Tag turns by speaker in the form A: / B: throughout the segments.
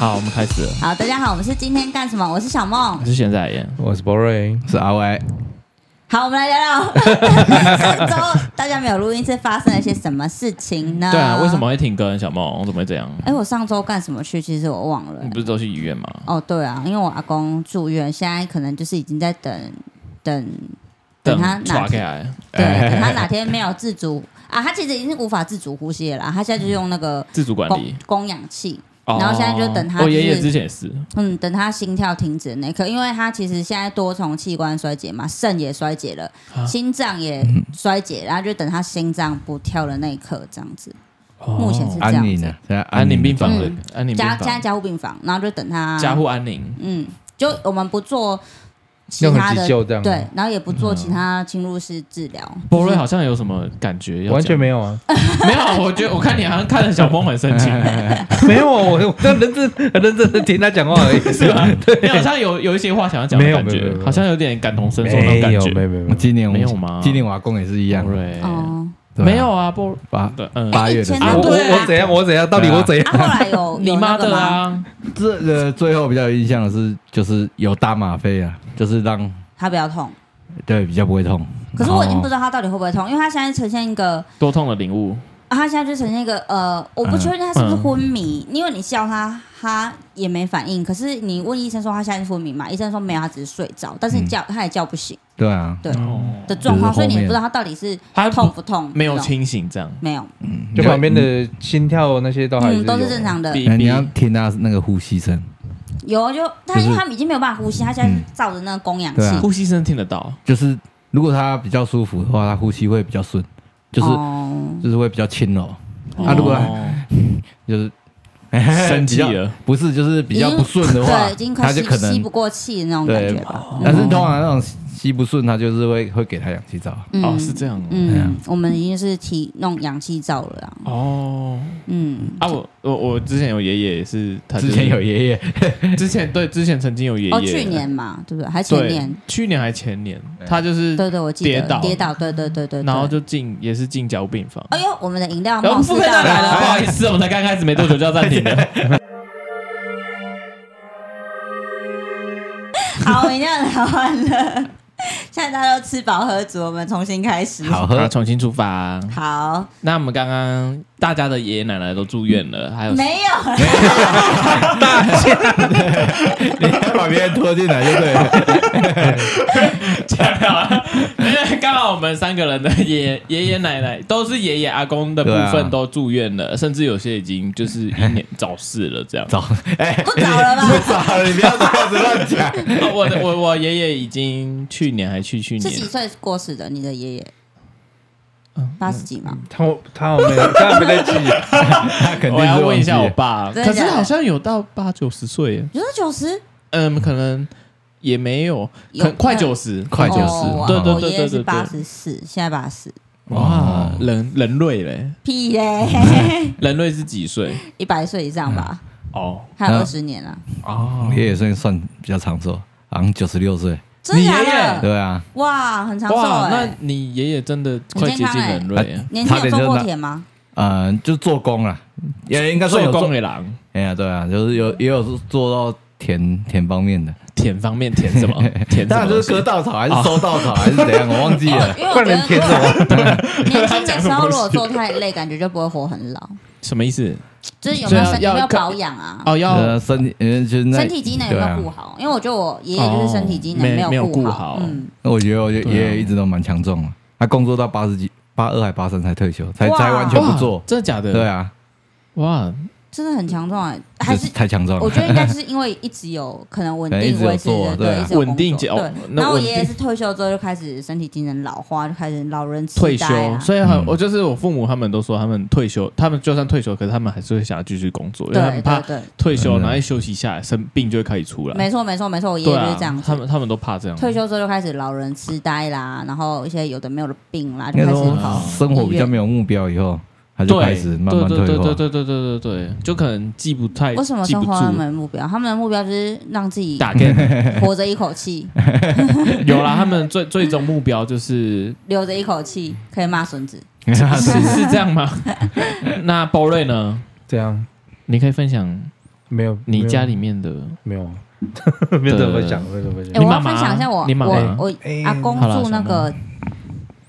A: 好，我们开始了。
B: 好，大家好，我们是今天干什么？我是小梦
A: 我。是现在演，
C: 我是 Boring，
D: 是 R Y，
B: 好，我们来聊 聊上周大家没有录音是发生了些什么事情呢？
A: 对啊，为什？么会停更？小梦我怎么会这样？
B: 哎、我上周干什么去？其实我忘了、
A: 你不是都去医院吗？
B: 哦，对啊，因为我阿公住院，现在可能就是已经在等等
A: 等
B: 他哪
A: 抓起
B: 天
A: 来，
B: 对， 等他哪天没有自主啊，他其实已经无法自主呼吸了啦，他现在就用那个
A: 自主管
B: 供
A: 理。
B: 供氧器，
A: 哦
B: 然后现在就等他
A: 我爷
B: 就
A: 爷
B: 是
A: 之前也是，
B: 嗯，等他心跳停止的那一刻，因为他其实现在多重器官衰竭嘛，肾也衰竭了，心脏也衰竭，然后就等他心脏不跳的那一刻，这样子。目前是这
D: 安
B: 样
D: 宁
B: 子
D: 呢，，现在
A: 安宁病房
D: 的
A: 的
B: 嗯
A: 安宁病
B: 加现在
A: 房，
B: 加护病房，然后就等他
A: 加护安宁。
B: 嗯，啊就我们不做其
C: 任何
B: 他的
C: 急救这嗯样吗
B: 对，然后也不做其他侵入式治疗。
A: 波瑞好像有什么感觉要讲？
C: 完全没 有啊，
A: 没有，我觉得我看你好像看着小峰很生 气，
C: 没有啊，我我在认真很认真的听他讲话而已，
A: 是吧？你好像有有一些话想要讲的
C: 没有
A: 感
C: 没有
A: 觉
C: 没，有
A: 好像有点感同身受那
C: 没
A: 种
C: 有
A: 感觉。
C: 没有没有嗯没
D: 我
C: 有，
D: 今年我
A: 没有吗
D: 今年我阿公也是一样
A: 波，瑞，
B: 哦，
D: 对啊
A: 没有啊，波瑞
D: 八
A: 对，嗯，
D: 八月
B: 以前
D: 的时
B: 啊
C: 我
D: 候，
C: 我
A: 对啊
C: 我怎样我怎样，到底我怎样
B: 啊，？后来有
A: 你妈的！
B: 有那个吗
A: 啊，
D: 这个最后比较有印象的是，就是有打吗啡啊，就是让
B: 他比较痛，
D: 对比较不会痛。
B: 可是我已经不知
D: 道，
B: 道他到底会不会痛，因为他现在呈现一个。
A: 多痛的领悟。
B: 啊他现在就呈现一个呃，我不确定他是不是昏迷，
D: 嗯
B: 因为你叫他，他也没反应。可是你问医生说他现在是昏迷嘛？医生说没有，他只是睡着，但是你叫、他也叫不醒
D: 对啊，
B: 对
A: 哦，
B: 的状况，
D: 就是
B: 所
D: 后
B: 以
D: 面
B: 你也不知道他到底是
A: 他
B: 痛不痛，
A: 没有
B: 这种
A: 清醒这样，
B: 没有，
A: 嗯
C: 就旁边的心跳那些都还
B: 嗯，都是
C: 有
B: 正。常的。
A: 比
D: 哎，你要听他那个呼吸声，
B: 有就他，
D: 就是
B: 因为他们已经没有办法呼吸，他现在是照着那个供氧器，
D: 对啊
A: 呼吸声听得到，
D: 就是如果他比较舒服的话，他呼吸会比较顺，就是
B: 哦
D: 就是会比较轻柔，啊如果
A: 哦
D: 就是
A: 生气，
D: 比较
A: 了，
D: 不是就是比较不顺的话
B: 对，已经，快
D: 他就
B: 吸
D: 可
B: 吸
D: 能
B: 不过气的那种感
D: 对
B: 觉吧。
D: 但是通常那种吸不顺，他就是会会给他氧气罩。
A: 哦，
B: 嗯
A: 是这样哦
D: 哎呀
B: 嗯，我们已经是提弄氧气罩了啊，
A: 哦。
B: 嗯，
A: 啊，我我我之前有爷爷也是，他就是
D: 之前有爷爷，
A: 之前对之前曾经有爷
B: 哦，
A: 爷，
B: 去年嘛，对不对？还
A: 对
B: 前年？
A: 去年还前年，他就是
B: 对对，我记得
A: 跌倒
B: 对对对对对。
A: 然后，就进也是进加护病房。
B: 哎呦，我们的饮料
A: 然
B: 冒
A: 后
B: 失
A: 副科
B: 到
A: 长
D: 哎
A: 来了，不
B: 了，
A: 好意思，我们才刚开始没多久就要暂停 了。
B: 好，我们饮料聊完了，现在大家都吃饱喝足，我们重新开始。
A: 好，
D: 好喝，
A: 重新出发。
B: 好，
A: 那我们刚刚大家的爷爷奶奶都住院了，还有
B: 没有啦，
D: 你要把别人拖进来就对 了。
A: 因为刚好我们三个人的爷爷爷奶奶都是爷爷阿公的部
D: 对
A: 分
D: 啊
A: 都住院了，甚至有些已经就是英年早逝了这样。
D: 早，哎，
B: 不早了吧？
D: 早了，你不要这样子乱讲。
A: 啊我的我我爷爷已经去年还去去
B: 是
A: 年
B: 几岁过世的？你的爷爷
A: 嗯？
B: 八十几吗？
C: 他他好没有，他还没在记，
D: 他肯定
A: 我
D: 是
A: 要问一下
D: 忘
A: 我
D: 记了，
A: 爸，
B: 真
A: 可
B: 的
A: 是
B: 假的
A: 好像有到八九十岁耶，
B: 你说九十？
A: 嗯，可能也没有，
B: 有
A: 可快九十，
D: 快九
B: 哦
D: 十，
A: 对对
B: 我
A: 对
B: 爷爷是
A: 对对
B: 八十四，现在八十，
A: 哇，人人类嘞，
B: 屁嘞，
A: 人类是几岁？
B: 一百岁以上吧，
A: 哦
B: 还有
D: 嗯
B: 二十年啊！
A: 哦
D: 爷爷算算比较长寿，好像九十六岁。
B: 真的
A: 你爷
B: 假
A: 爷
B: 的？
D: 对啊，
B: 哇，很长寿
A: 哇，
B: 哎
A: 那！你爷爷真的快接近人类耶，
B: 年轻
D: 差
B: 有
D: 点
B: 做
D: 就
B: 过
D: 拿
B: 铁吗？
D: 嗯，就做工啦，也应该算
A: 做
D: 有
A: 工
D: 做。
A: 的狼，
D: 哎呀，对啊，就是有也有做到田田方面的，
A: 舔方面舔 什么？舔
D: 当然就是割稻草还是收稻草还是怎 样，我忘记了。
B: 因为我
C: 不
B: 觉得
C: 然能填什么？
B: 年轻的时候如果做太累，感觉就不会活很老。
A: 什么意思？
B: 就是有没有
A: 所
B: 身
A: 以要
B: 有没有
A: 要看
B: 保养啊？
A: 哦，要
D: 呃，身体，呃，就是那
B: 身体机能有没有
D: 对
B: 顾
D: 啊
B: 好？因为我觉得我爷爷就是身体机能
A: 哦没
B: 有
A: 没有顾好
B: 好，嗯，
D: 那我觉得，我觉得
A: 对啊
D: 爷爷一直都蛮强壮的，他工作到八十几、八二还八三才退休，才
B: 哇
D: 才完全不做
A: 哇。真的假的？
D: 对，啊，
A: 哇，
B: 真的很强壮欸，还
D: 就是是太强壮
B: 我
D: 了
B: 觉。得应该就是因为一直有可能稳
D: 可 能一
B: 定
D: 直有
B: 维持
D: 做
B: 着，
D: 对啊
B: 一直有工作
A: 稳定哦
B: 对。
A: 那
B: 然后我
A: 稳定
B: 爷爷是退休之后就开始身体机能老化，就开始老人痴
A: 退
B: 呆
A: 休，
B: 啊
A: 所以很
D: 嗯
A: 我就是我父母他们都说他们退休，他们就算退休，可是他们还是会想要继续工作，因为他
B: 对
A: 们
B: 对
A: 怕
B: 对，
A: 退休
D: 嗯
A: 然后一休息下来生病就会开始出来。
B: 没错没错没错，我爷
A: 对
B: 爷就是
A: 啊
B: 这样，
A: 他
B: 子。
A: 们他们都怕这样。
B: 退休之后就开始老人痴呆啦，然后一些有的没有的病啦，就
D: 应
B: 开
D: 该
B: 始
D: 说
B: 跑
D: 生活比较没有目标以后，他就
A: 对
D: 开始慢慢
A: 对对
D: 退
A: 对
D: 化。
A: 对对对对对，就可能记不太，
B: 为什么
A: 记
B: 生
A: 不
B: 活他们
A: 住？
B: 的目标？他们的目标就是让自己
A: 打电
B: 活着一口气，
A: 有啦，他们最最终目标 就是
B: 留着一口气，可以骂孙子。
A: 是是这样吗？那包瑞呢？
C: 这样
A: 你可以分享
C: 没有，
A: 你
C: 没有
A: 家里面的
C: 没有啊， 没有这么
A: 对
C: 讲，没有这么
B: 哎、
A: 你
C: 讲。
B: 我
A: 妈
B: 要
A: 妈啊
B: 分享一下我
A: 你妈妈
B: 我我
C: 哎
B: 阿公
A: 好啦
B: 住那
A: 小
B: 个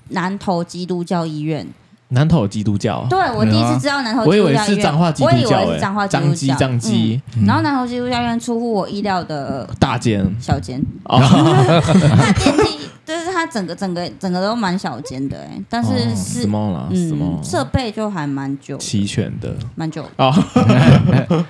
B: 南投基督教医院，
A: 南头基督教，啊
B: 对我第一次知道南投
A: 我
B: 基
A: 以
B: 督
A: 为
B: 教医
A: 是
B: 院，
A: 彰化基
B: 我
A: 督
B: 以
A: 教，
B: 为
A: 哎
B: 是彰化基督
A: 彰基
B: 教，
A: 彰基
B: 嗯然后南投基督教医院出乎我意料的
A: 大间
B: 小间，
A: 哦，
B: 它电梯就是它整个整个整个都蛮小间的、哎，但是是、
A: 哦什么啦？啊什么
B: 嗯设备就还蛮久
A: 齐全的
B: 蛮久的，
A: 哦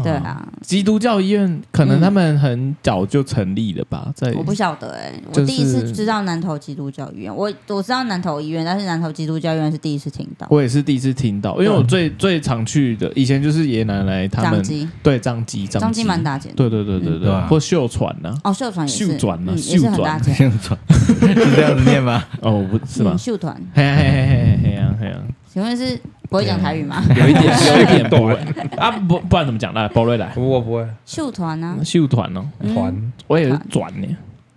B: 对啊，
A: 基督教医院可能他们很早就成立了吧，在
B: 我不晓得哎、
A: 就
B: 我第一次
A: 是
B: 知道南投基督教医院，我我知道南投医院，但是南投基督教医院是第一次听到。
A: 我也是第一次听到，因为我最最常去的以前就是爷爷奶奶他
B: 张
A: 们
B: 基，
A: 对张基张
B: 张基蛮大间的，
A: 对对对对
D: 嗯对啊
A: 或秀传呐，
B: 哦，秀团也是，
A: 秀转啊
B: 嗯，也是很大间，
D: 先传是这样子 念吗？
A: 哦，我不 是吗
B: 嗯？秀团，
A: 嘿嘿嘿嘿嘿呀嘿呀，啊
B: 请问是不会讲台语吗？
A: 有一 点有一点不会啊，不不然怎么讲？来，包瑞来，
C: 我不会
B: 秀啊团呢？
A: 秀团哦，
B: 嗯
C: 团
A: 我也是转呢，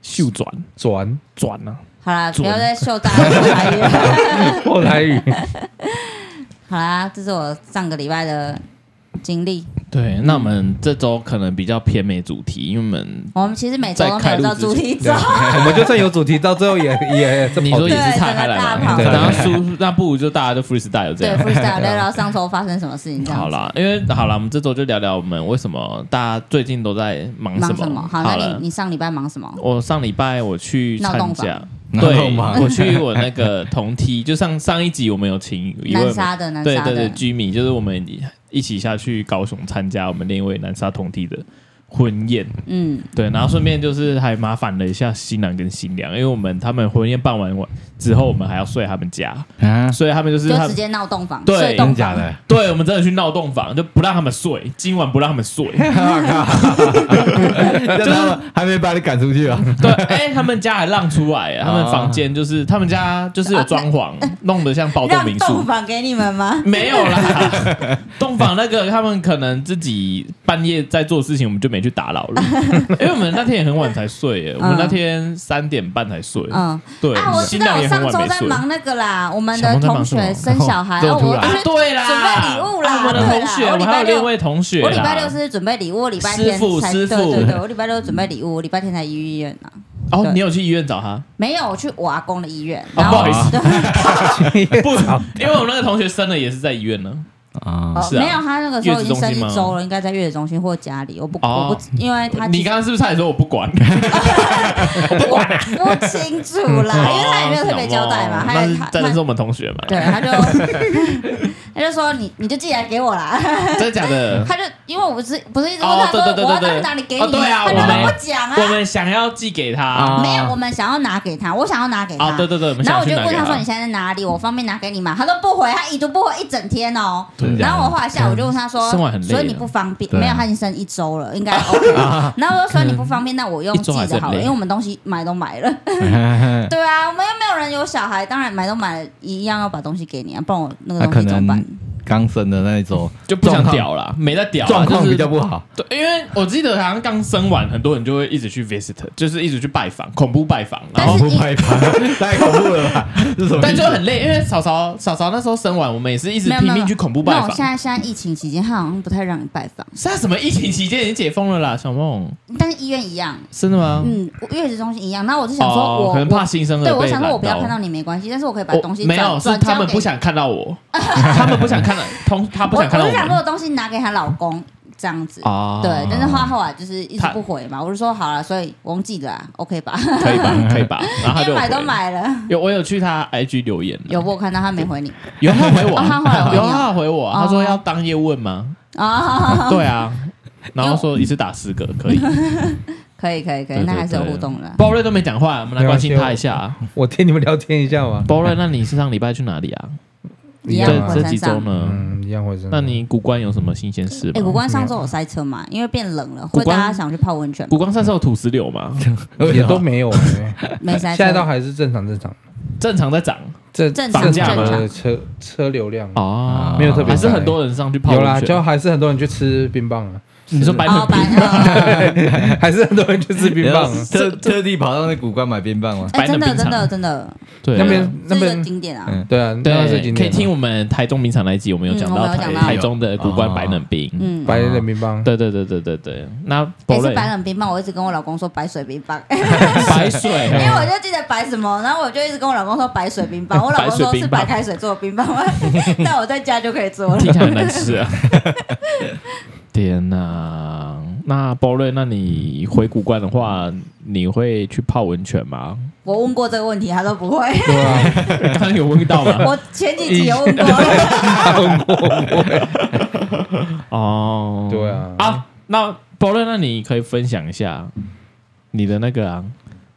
A: 秀转
C: 转
A: 转啊呢，
B: 好啦，
A: 转
B: 不要再秀大家的台语了。
C: 后台语，
B: 好啦，这是我上个礼拜的经历。
A: 对，那我们这周可能比较偏美主题，因为我们
B: 我们其实每周都没
A: 在开
B: 有
A: 录
B: 到
A: 之
B: 主题
C: 对
B: 走，
C: 我们就算有主题，到最后也也这
A: 你
C: 跑
A: 说也
C: 题
A: 是
B: 对
A: 岔开来
B: 整个大
A: 嘛，
B: 跑
A: 可能输，那不如就大家就 freestyle 这
B: 对
A: 样。
B: ，freestyle 聊聊上周发生什么事情这样。
A: 啊好，啦，因为好啦，我们这周就聊聊我们为什么大家最近都在忙
B: 忙
A: 么。
B: 什么？好，那
A: 了
B: 你，你上礼拜忙什么？
A: 我上礼拜我去
B: 闹
A: 参
B: 洞
A: 加
B: 房，
D: 闹
A: 对
D: 洞，房
A: 我去我那个同梯，就上上一集我们有请一位
B: 南沙的，南
A: 对
B: 沙
A: 对对
B: 的，
A: 居民，就是我们一起下去高雄参加我们另一位南沙同梯的婚宴，
B: 嗯，
A: 对，然后顺便就是还麻烦了一下新郎跟新娘，因为我们他们婚宴办完完之后，我们还要睡他们家，
D: 啊，
A: 所以他们就是
B: 就
A: 他
B: 直接闹洞房，
A: 对
B: 睡
D: 真
B: 洞
D: 的假
B: 房。
D: 的？
A: 对我们真的去闹洞房，就不让他们睡，今晚不让他 们睡。
D: 就是还没把你赶出去啊？
A: 对，哎、他们家还让出来，他们
D: 啊
A: 房间就是他们家就是有 装潢，弄得像暴动
B: 让
A: 民宿
B: 洞。房给你们吗？
A: 没有啦， 洞房那个他们可能自己半夜在做事情，我们就没去打扰 了，因为我们那天也很晚才睡耶，我们那天三点半才睡，
B: 嗯，
A: 对，
B: 啊，我知
A: 新
B: 道，
A: 娘
B: 我
A: 也很
B: 上周
A: 晚没
B: 在
A: 睡。
B: 忙那个啦，我们
A: 小
B: 的
A: 梦在忙
B: 同
A: 什么
B: 学生小孩，
D: 这么
B: 哦我
D: 突然
A: 啊
B: 就是，
A: 对啦，
B: 准备礼物啦
A: 啊我们的
B: 对
A: 同
B: 啦
A: 学，
B: 我礼
A: 我还有
B: 拜六
A: 另一位同学啦，
B: 我礼拜六是准备礼物，我礼拜
A: 啊师
B: 天
A: 傅
B: 才
A: 师
B: 对
A: 傅
B: 对对，我礼拜六准备礼物，我礼拜天才去医院呢。
A: 哦，你有去医院找他？
B: 没有，我去我阿公的医院，
A: 哦，
B: 然
A: 不
B: 后
A: 好意 思，不
C: 好，
A: 因为我那个同学生了也是在医院呢。
D: 啊
B: 哦，
A: 是啊
B: 没有，他那个时候已经生
A: 月
B: 一
A: 子中心吗
B: 周了，应该在月子中心或家里，我不
A: 哦
B: 我不，因为他啊
A: 你刚刚是不是差点说我 不管？
B: 我不清楚 啦，因为他也没有特别交代嘛，
A: 哦
B: 他
A: 那是
B: 他
A: 真的是
B: 他
A: 我们同学嘛？
B: 对， 他就他就说你你就寄来给我 啦。
A: 真的假 的？
B: 他就因为我不是不是一直问
A: 哦
B: 他说
A: 对对对
B: 我要
A: 对对
B: 到哪里给
A: 哦
B: 你，
A: 对啊
B: 他就都
A: 我们
B: 不讲啊
A: 我，们想要寄给他
D: 啊
B: 没有，我们想要拿给他，我想要拿给他，
A: 啊，对对对，们
B: 然
A: 想
B: 后我
A: 要
B: 就
A: 去拿
B: 问
A: 给
B: 他说你现在在哪里？我方便拿给你吗？他说不回，他已读不回一整天哦。
D: 真的假的
B: 然后我后来下午就问他说，
A: 生完很累
B: 所以你不方便？
D: 对啊
B: 没有，他已经生一周了，应该 OK。然后我就说你不方便，那我用
A: 一
B: 寄
A: 周还是
B: 的
A: 很
B: 好了，
A: 累
B: 因为我们东西买都买了。 对啊，我们又没有人有小孩，当然买都买了，一样要把东西给你啊，不然我那个
D: 那
B: 东
D: 可
B: 西怎么办
D: 能？ 刚生的那一周
A: 就不想屌了，没在屌啊，
D: 状况
A: 就是
D: 比较不好，
A: 对，因为我记得好像刚生完，很多人就会一直去 visit，就是一直去拜访，恐怖拜访，然
B: 但
A: 后
B: 是
D: 不拍拍，太恐怖了吧？是什么意思？
A: 但就很累，因为嫂嫂嫂嫂那时候生完，我们也是一直
B: 没有没
A: 拼
B: 有，
A: 命去恐怖
B: 没
A: 拜
B: 有
A: 访。
B: 现在现在疫情期间，他好像不太让你拜访，
A: 现在什么疫情期间已经解封了啦，小梦，
B: 但是医院一样，
A: 真的吗？
B: 嗯，月子中心一样。然后我就想说
A: 哦
B: 我，
A: 可
B: 我
A: 能怕新生儿
B: 对，我
A: 被
B: 想说
A: 染
B: 我不要
A: 到
B: 看到你没关系，但是我可以把
A: 我
B: 东西
A: 没有，
B: 转
A: 是
B: 转
A: 他们
B: 交给
A: 不想看到 我，他们不想看到同，他不
B: 我
A: 想看到
B: 我
A: 我
B: 就想
A: 们
B: 说我东西拿给她老公这样子。
A: 啊
B: 对， 但是她后来就是一直
A: 她
B: 不回嘛，我就说好了，所以我忘记了啊，OK 吧？
A: 可以吧，可以吧，然后他
B: 因
A: 就
B: 为买
A: 回
B: 都买了，
A: 有我有去他 IG 留言，
B: 有我有看到她没回你
A: 有他回我，
B: 哦他后来回你
A: 有
B: 哦
A: 他回我，
B: 哦
A: 他说要当叶问吗？
B: 啊？
A: 对 啊，然后说一次打十个可以，
B: 可以可以可以，
A: 对
B: 那
A: 对
B: 还是有
A: 对
B: 互动的。
A: 包瑞都没讲话，我们来关心他一下啊。
C: 我听你们聊天一下嘛。
A: 包瑞，那你是上礼拜去哪里啊？
B: 一
A: 这
B: 样啊
A: 这几周呢？
C: 嗯，一样回事。
A: 那你古关有什么新鲜事
B: 哎，古
A: 吗？
B: 关上周有塞车嘛？因为变冷了，
A: 嗯古
B: 会大
A: 关
B: 家想去泡温泉吗，
A: 古关上次有土石流 吗？
C: 呃也都没有欸，
B: 没塞
C: 现
B: 车
C: 在。倒还是正常正常。
A: 正常在涨
C: 这
B: 正
A: 常
C: 常
A: 正
C: 的
B: 常
C: 车车流量
A: 哦
C: 没有特别
A: 还是
C: 涨
A: 哦很多人上去泡
C: 有啦，
A: 温泉
C: 就还是很多人去吃冰棒啊。
A: 你 说白
B: 哦，
A: 粉
B: 白呃
C: 还是很多人去吃冰棒啊。
D: 特特地跑到那古关买冰棒吗？
A: 白
B: 哎，
A: 冷
B: 真的
A: 冰
B: 真
A: 场
B: 的真的，
A: 对啊
C: 那边那
B: 这是一
C: 边
B: 个经典啊。
D: 嗯
C: 对啊，那是
A: 对，
C: 景
A: 可以
C: 点
A: 听我们台中冰场那一集，我们有讲
B: 嗯我
A: 到
B: 们有
A: 台
B: 讲到
A: 台中的古关
D: 哦
A: 白冷冰。
B: 嗯，
C: 白人冰棒。
A: 对对对对对对，那
B: 也
A: 博
B: 是
A: 瑞
B: 白冷冰棒，我一直跟我老公说白水冰棒，
A: 白
B: 因为
A: 水，啊
B: 我就记得白什么，然后我就一直跟我老公说白水冰棒，我老公说是白开水做的冰棒， 那我在家就可以做了。
A: 听起来很难吃啊！天哪，那博瑞，那你回古关的话，你会去泡温泉吗？
B: 我问过这个问题，他都不会。
C: 对啊，
A: 刚刚有问到 吗？
B: 我前几集有问过，
A: 哦，
C: 对啊
A: 啊，那博瑞，那你可以分享一下你的那个啊，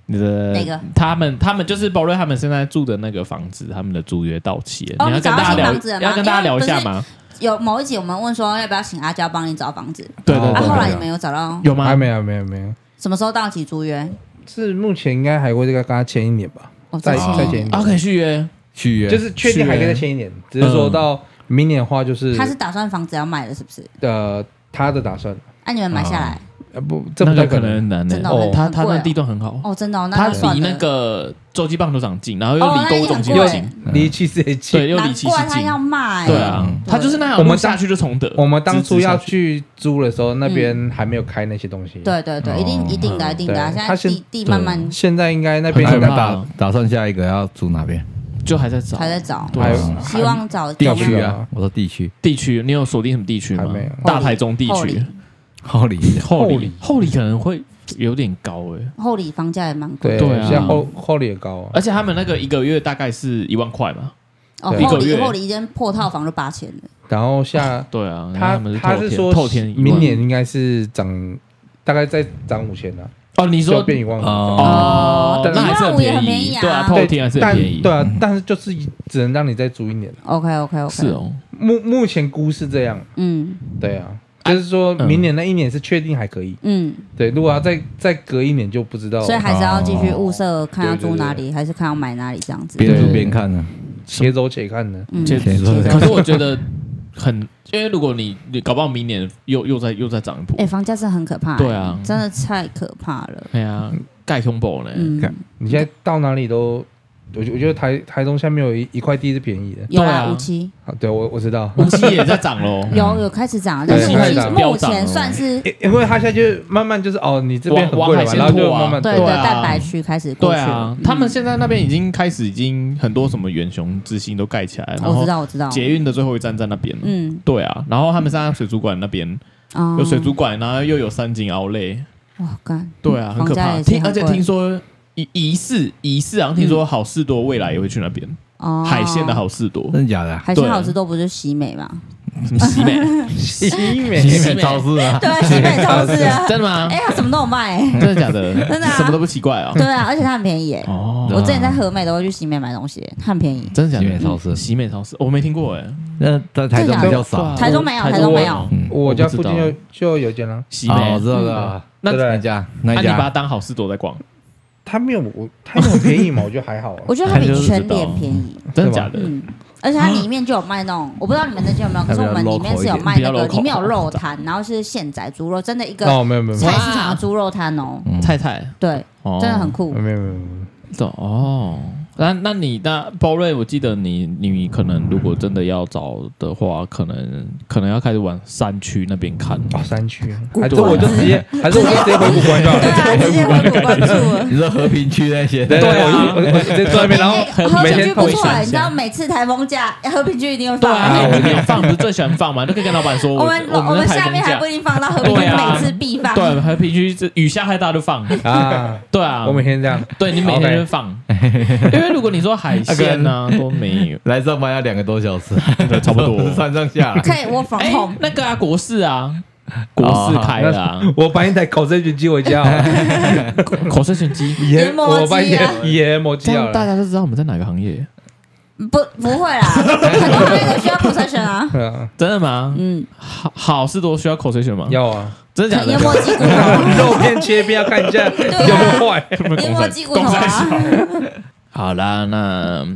A: 你的
B: 哪个？
A: 他们他们就是博瑞他们现在住的那个房子，他们的租约到期了，
B: 哦
A: 要
B: 你
A: 跟
B: 找到
A: 大家
B: 新
A: 聊
B: 房子了，吗
A: 要跟大家聊一下吗？
B: 有某一集我们问说要不要请阿娇帮你找房子，
A: 对对
B: 啊，
A: 哦对
B: 后来啊
A: 对，
B: 你们有找到，
A: 有吗
C: 还？没有啊没有没有，
B: 什么时候到期租约？
C: 是目前应该还会再跟他签一年吧，
B: 我
C: 再
D: 签一
C: 再签一
A: 啊，可
C: 年，
A: 以续约
D: 去约
C: 就是确定还可以再签一年，只是说
A: 嗯
C: 到明年的话就是
B: 他是打算房子要卖了，是不是？
C: 呃他的打算，
B: 那你们买下来？
C: 呃不，这
A: 那
C: 不
A: 个
C: 太
A: 可能
C: 能。
A: 很难呢
B: 真的很。
A: 他
B: 很
A: 他
B: 贵
A: 那
B: 哦
A: 地段很好，
B: 哦，真的哦，那
A: 他
B: 算了
A: 离那个洲际棒球场近，然后又
B: 哦，
A: 离
B: 那
A: 购物
B: 也
A: 中
B: 很
A: 心又
B: 贵
A: 近，，
C: 离七十也
A: 嗯
C: 近。
A: 对，又离
B: 难
A: 七市
B: 怪他
A: 近。
B: 要卖。
A: 对啊
D: 嗯，
A: 他就是那条
C: 我
A: 路
C: 们当
A: 下去就崇德。
C: 我们当
A: 直
C: 初要
A: 直下去
C: 去租的时候，那边还没有开那些东西。，
B: 对对对，一定
D: 哦
B: 一定的，
C: 嗯
B: 一定的啊。
C: 对
B: 现
C: 他
B: 在
C: 先
B: 地地慢慢
C: 现在应该那
A: 变
C: 边
D: 那
A: 成很
D: 你们
A: 可怕
D: 打打算下一个要住哪边？
A: 就还在找
B: 还在找，
A: 对
C: 还有
A: 啊
B: 希望找
D: 地
B: 中
D: 区
C: 有
D: 啊
C: 啊，
D: 我说地区，
A: 地区，你有锁定什么地区吗
C: 还没有？
A: 大台中地
B: 后
A: 区
B: 里，
D: 后里
A: 后
C: 后
A: 里
C: 里
A: 后里可能会有点高哎，
B: 后里房价也蛮贵
C: 对，
A: 对啊
C: 现在后后里也高啊。
A: 而且他们那个一个月大概是一万块嘛。
B: 哦，
C: 对
B: 后
A: 一
B: 里
A: 个月
B: 后里一间破套房就八千了，
C: 然后下
A: 对啊，因为
C: 他
A: 们是
C: 他
A: 透
C: 是
A: 天
C: 说
A: 透天一万
C: 明年应该是涨，大概再涨五千了，啊
A: 哦，你
C: 就
A: 说
C: 变一万五。
A: 哦，
C: 对
A: 那还是
B: 一万五也很便宜啊
A: 对啊，透
C: 对
A: 天还是很
C: 但
A: 便宜，
C: 对啊，但是就是只能让你再租一年。
B: OK OK OK，
A: 是，哦，
C: 目目前估是这样，
B: 嗯
C: 对啊，就是说
A: 嗯
C: 明年那一年是确定还可以，
B: 嗯，
C: 对，如果要再再隔一年就不知道。啊
B: 所以还是要继续物色，看要
C: 对对
B: 租
C: 哦对
B: 哪里，还是看要买哪里这样子。
D: 边住边看呢。
C: 且走且看呢。
B: 嗯，
A: 这
D: 先说
A: 可是我觉得很，因为如果你你搞不好明年又又再又再涨一波
B: 哎，，房价是很可怕，
A: 对啊
B: 真的太可怕了，
A: 哎呀，盖胸部呢，
B: 嗯，
D: 看
C: 你现在到哪里都，我觉我觉得台台中下面有一一块地是便宜的。
B: 有
A: 对
B: 啊，
A: 啊嗯
B: 五期
C: 啊，对我我知道，
A: 五七也在涨 喽，
B: 有有开始涨了，但
C: 对
B: 是
C: 开始涨
B: 五期
C: 了
B: 目
A: 飙涨
B: 前
A: 了
B: 算是
C: 因因为他现在就慢慢就是哦，你这边很
A: 往
C: 贵
A: 往
C: 了
A: 海鲜
C: 嘛，然后就
A: 拓啊
C: 慢慢
B: 对
A: 对
B: 对
A: 啊
B: 蛋白区开始过
A: 对
B: 去
A: 啊
B: 了，，
A: 他
B: 嗯
A: 们现在那边已经开始，已经很多什么远雄之星都盖起来，然
B: 我
A: 后
B: 知道我知道，
A: 捷运的最后一站在那边。
B: 嗯
A: 对啊，然后他们现在水族馆那边
B: 啊，
A: 有水族馆，然后又有三井奥莱，
B: 哇干，
A: 对啊，
B: 嗯
A: 很
B: 房
A: 可
B: 价
A: 怕。
B: 也是
A: 听
B: 很
A: 而且
B: 贵
A: 听说疑疑似疑似，好像听说好事多未来也会去那边，
B: 哦，
A: 海鲜的好事多，
D: 真的假的啊？
B: 海鲜
A: 对
B: 好吃多不是喜美吗？
A: 什么 西美，。
C: 西美
D: 西美超市啊，
B: 对，西北超市啊
A: 真的吗
B: 哎、？它什么都有 卖、欸。
A: 真的假的？
B: 真的啊
A: 什么都不奇怪啊。
B: 对啊，而且它很便宜、欸。
A: 哦
B: 我之前在和美都会去西美买东西、它很便宜。
A: 真的假
D: 西
A: 的？
D: 美超市，
A: 喜美超市我没听过哎，
D: 那在台中比较
A: 对啊
D: 少。
B: 台中没有台中没有
D: 嗯
C: 我家附近
A: 我不知
C: 就就有一间啦，
A: 喜
D: 哦，
A: 美
D: 我，知道了。
A: 那
C: 对不
D: 那
C: 对？
D: 家那
A: 那啊你把它
D: 家
A: 当好事多在逛，
C: 他没有我，他没有便宜嘛，我觉得还好 啊。
B: 我觉得它比
D: 看就是知道
B: 全脸便宜，
A: 真的假的？
B: 嗯，而且它里面就有卖那种，我不知道你们那间有没有，可是我们里面是有卖那
A: 比较
B: 个，
A: local
B: 里面有肉摊，然后是现宰猪肉，真的一个
C: 哦，没有没有没
B: 菜
C: 有
B: 市场的猪肉摊哦，
D: 嗯
A: 菜菜
B: 对，
A: 哦
B: 真的很酷。
C: 没有没有没有，
A: 懂哦。那那你那包瑞，我记得你你可能如果真的要找的话，可能可能要开始往山区那边看。
C: 哦，山区，
B: 古
A: 啊
C: 还是我就直接， 还是我就直接回古关就好
B: 对
C: 了。
B: 啊，直接回谷关注了。
D: 你说和平区那些，
C: 对
A: 对啊
C: 我我我直接坐那边，
A: 哦
C: 然后
B: 哎和
C: 每
B: 平区
C: 天
B: 不
C: 回
B: 错、
C: 想
B: 欸，
C: 一
B: 你知道
C: 下。
B: 每次台风假，和平区一定会
A: 对
B: 放、
A: 啊，
C: 我
A: 我们放不是最喜欢放嘛，都可以跟老板说
B: 我
A: 我
B: 们
A: 我
B: 我们
A: 在
B: 下
A: 台
B: 面还
A: 风假
B: 不。一定放到和平区，
A: 对啊
B: 每次必放。
A: 对，和平区这雨下太大就 放。
C: 啊，
A: 对啊，
C: 我每天这样，
A: 对你每天
C: OK
A: 就放， 因为如果你说海鲜呢都没 有，
D: 来上班要两个多小时，
A: 差不 多
D: 上上下来。
B: 可以 work from
A: 哎
B: home，、，
A: 那个啊国事啊，国事开了啊，
C: 我把一台烤生菌寄回家好了，
A: 口水选机，
C: 研
B: 研磨
C: 我把
B: 机啊
C: 研研磨
A: 这
C: 机好
A: 样大
C: 了。啊
A: 家都知道我们在哪个行业，
B: 不不会啦，很多行业都需要 profession 啊。
C: 对啊，
A: 真的吗？
B: 嗯，
A: 好好事多需要口水选吗？
C: 要啊，
A: 真的假
B: 研
A: 的？
B: 磨 机骨头，啊
C: 肉片切片要看一下有
A: 啊
C: 没有坏。
B: 研磨机骨头啊。
A: 好啦，那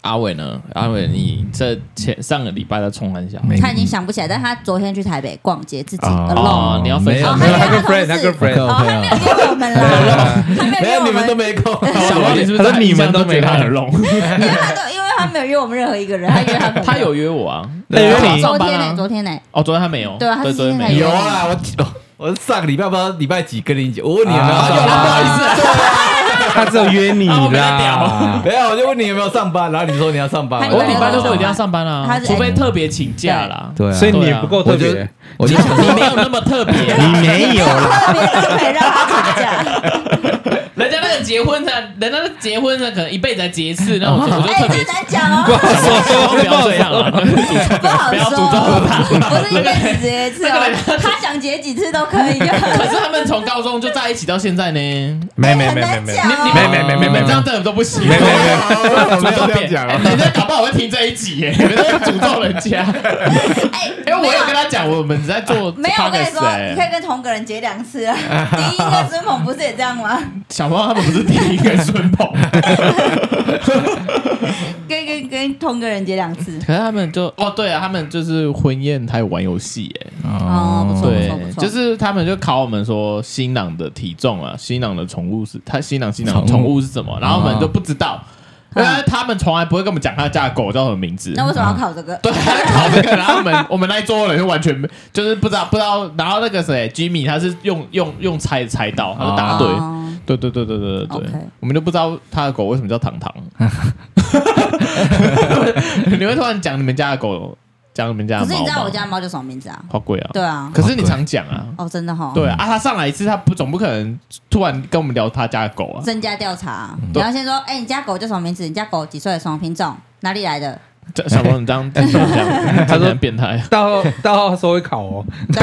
A: 阿伟呢？阿伟，你这前上个礼拜在冲完小，
D: 没
B: 他已经想不起来，但他昨天去台北逛街，自己
D: 哦
B: alone，
A: 哦你要分享
B: 哦
C: 没有，
B: 还
C: 他
B: 有
C: 跟
B: 他的同
C: friend，他
B: 事
C: 跟 friend，
B: 哦，还没有给我们啦，还没
D: 没
B: 有给
D: 有，你
B: 我
D: 们都
B: 们，
D: 没空。
A: 小王，你是不
C: 他
A: 是
C: 说你们都没
A: 觉得他 很弄？
B: 因为他都因为他没有约我们任何一个人，他约他朋友
A: 他有约我啊，
D: 他约
A: 上
D: 你
B: 昨
A: 班
B: 天呢，
A: 啊？
B: 昨天呢，
A: 哦，昨天他没有，
B: 对啊他是
A: 昨天
B: 今
A: 没
B: 天才
D: 有
A: 有。
D: 啊，我我上个礼拜不知道礼拜几跟你讲，我问你有没有
C: 啊
D: 上
C: 有啦
D: 班，
C: 不好意
A: 思，
C: 他只有约你
A: 啊我没在
C: 啦
A: 聊。
D: 没有，我就问你有没有上班，然后你说你要上班，
B: 他
A: 我
D: 就
A: 礼拜六都一定要上班
B: 他
A: 啊，
B: 是哎
A: 除非特别请假啦。
D: 对啊，
C: 所以你也不够特
D: 对
C: 别
D: 啊，我就想
A: 你没有那么特别啊，
D: 没有啦，
B: 特别特别让他请假，
A: 人家那个结婚的，人家那结婚的可能一辈子才结一次，那我我就特
B: 哎，
A: 别
B: 这。难讲哦，
A: 不要这样了，
B: 哎 不好
A: 不要诅咒
B: 说，不是一辈子结一次哦，他想结几次都 可以，就
A: 可是他们从高中就在一起到现在呢，你
C: 没
B: 哎
C: 没
B: 很
C: 没没
B: 难
C: 没，
B: 讲哦，
C: 没没没没没
A: 这样真的都不行，
C: 没没没
D: 我哦没有这样讲
C: 啊
A: 哎人家搞不好会听这一集耶，你们在诅咒人 家，
B: 哎，
A: 因为我有
B: 没
A: 跟他讲我们在做 podcast 欸，
B: 没有，我跟你说，你可以跟同个人结两次 啊。第一个孙鹏不是也这样吗？
A: 小猫他们不是第一个孙鹏，
B: 跟跟跟同个人结两次。
A: 可是他们就哦对啊，他们就是婚宴还有玩游戏耶，
B: 哦不错
A: 对
B: 不，错
A: 就是他们就考我们说新郎的体重啊，新郎的宠物是他新郎新郎
D: 宠
A: 宠
D: 物
A: 物是什么，然后我们就不知道，因为他们从来不会跟我们讲他家的狗叫什么名字。
B: 啊那为什么要考这个？
A: 对，他在考这个，然后我们我们那一桌人就完全没，就是不知道不知道，然后那个谁 Jimmy 他是用用用猜猜到，他就答对，
B: 哦
A: 对对对对对对对
B: OK
A: 我们就不知道他的狗为什么 叫糖糖。你会突然讲你们家的狗，讲你们家的
B: 可
A: 猫
B: 是你知道
A: 吗
B: 我家的猫叫什么名字啊？
A: 好贵啊，
B: 对啊，
A: 可是你常讲啊，
B: 哦，真的哈。
A: 对啊，啊他上来一次，他不总不可能突然跟我们聊他家的狗啊，
B: 增加调查，你
A: 对
B: 要先说，哎，你家狗叫什么名字？你家狗几岁？什么品种？哪里来的？
A: 这小朋友这 样这样，他说变态。
C: 到到时候会考哦，
A: 他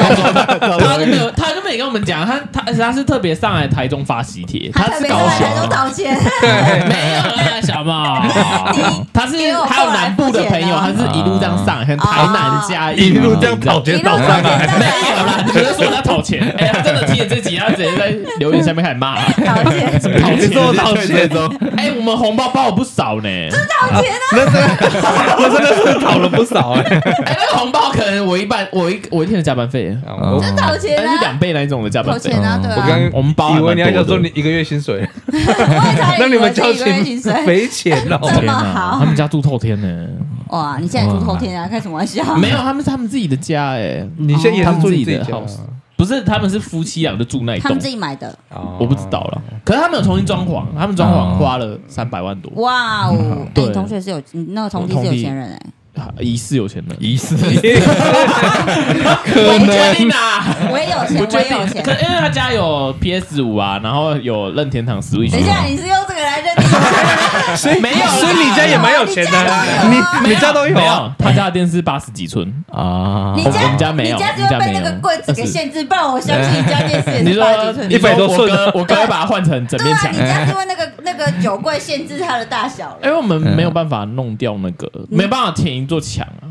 A: 就没有，他就没跟我们讲，他他而且他是特别上来台中发喜帖，
B: 他特
A: 是
B: 别
A: 搞
B: 上
A: 什
B: 来都
A: 么？
B: 道歉，
A: 没有啊，小猫，他是
B: 给我
A: 还有
B: 过来
A: 南部的
B: 不
A: 朋
B: 简
A: 友，他
B: 单
A: 是一路这样上来，像台南嘉义道。
B: 一路道歉，
A: 没有啦，你是说他讨钱？ 哎、他真的听了这集，他直接在留言下面开始骂、
B: 道歉，
A: 什么讨
C: 你说
A: 钱？
C: 道歉
A: 哎、我们红包包了不少呢。哎、
C: 我真的是考了不少哎，
A: 那个红包可能我一半，我一我一天的加班费，
C: 我
B: 就道歉
A: 但是
B: 啊
A: 两，倍那一种的加班
B: 道
A: 费
B: 歉。啊，对
C: 哦
D: 我
C: 我刚
B: 啊。
C: 刚
A: 我们包还蛮
C: 以为你还想
A: 多
C: 说
A: 的
C: 你一个月薪水，
B: 我也差
C: 那
B: 点
C: 你
B: 以为
C: 们
B: 是
C: 交
B: 哎一个月
C: 情
B: 薪水。
C: 匪浅哦。
B: 这么好
A: 他们家住透天呢、
B: 哇，你现在住后天啊？开什么玩笑？
A: 没有，他们是他们自己的家哎、
C: 你现在也是住你自己啊
A: 他
C: 家
A: 们自己的不是，他们是夫妻俩就住那一
B: 他
A: 栋
B: 们自，己买的。
C: 啊？
A: 我不知道了。哦可是他们有重新装潢，他们装潢
D: 哦
A: 花了三百万多，
B: 哇哦！哎，
A: 对
B: 你同学是有，你那个同弟
A: 我
B: 是
A: 同
B: 有
A: 弟
B: 钱人哎，
A: 疑似有 钱人。
D: 仪式
A: 可能啊。
B: 我也有钱，我
A: 不确
B: 也
A: 定
B: 有，钱
A: 可。因为他家有 PS 五啊，然后有任天堂 Switch。啊
B: 等一下，你是用这个来认定我？
C: 所以
A: 没有啦
C: 所以你家也蛮有钱的，你你家都有
A: 没
C: 啊？
A: 有，他家的电视八十几寸，
D: 啊
B: 你
A: 我们家没有
B: 你家只
A: 我
B: 会
A: 们家
B: 被
A: 没有
B: 那个柜子给限制，不然我相信你家电视也
A: 你
B: 是
A: 说
B: 八十几寸
A: 你
B: 的。
A: 说
C: 100多寸
A: 我哥我哥会把它换成整
B: 对
A: 面
B: 啊，
A: 墙
B: 你，家是为那个那个酒柜限制它的大小
A: 因
B: 了。
A: 为我们没有办法弄掉那个，
B: 嗯
A: 没有办法填一座墙啊，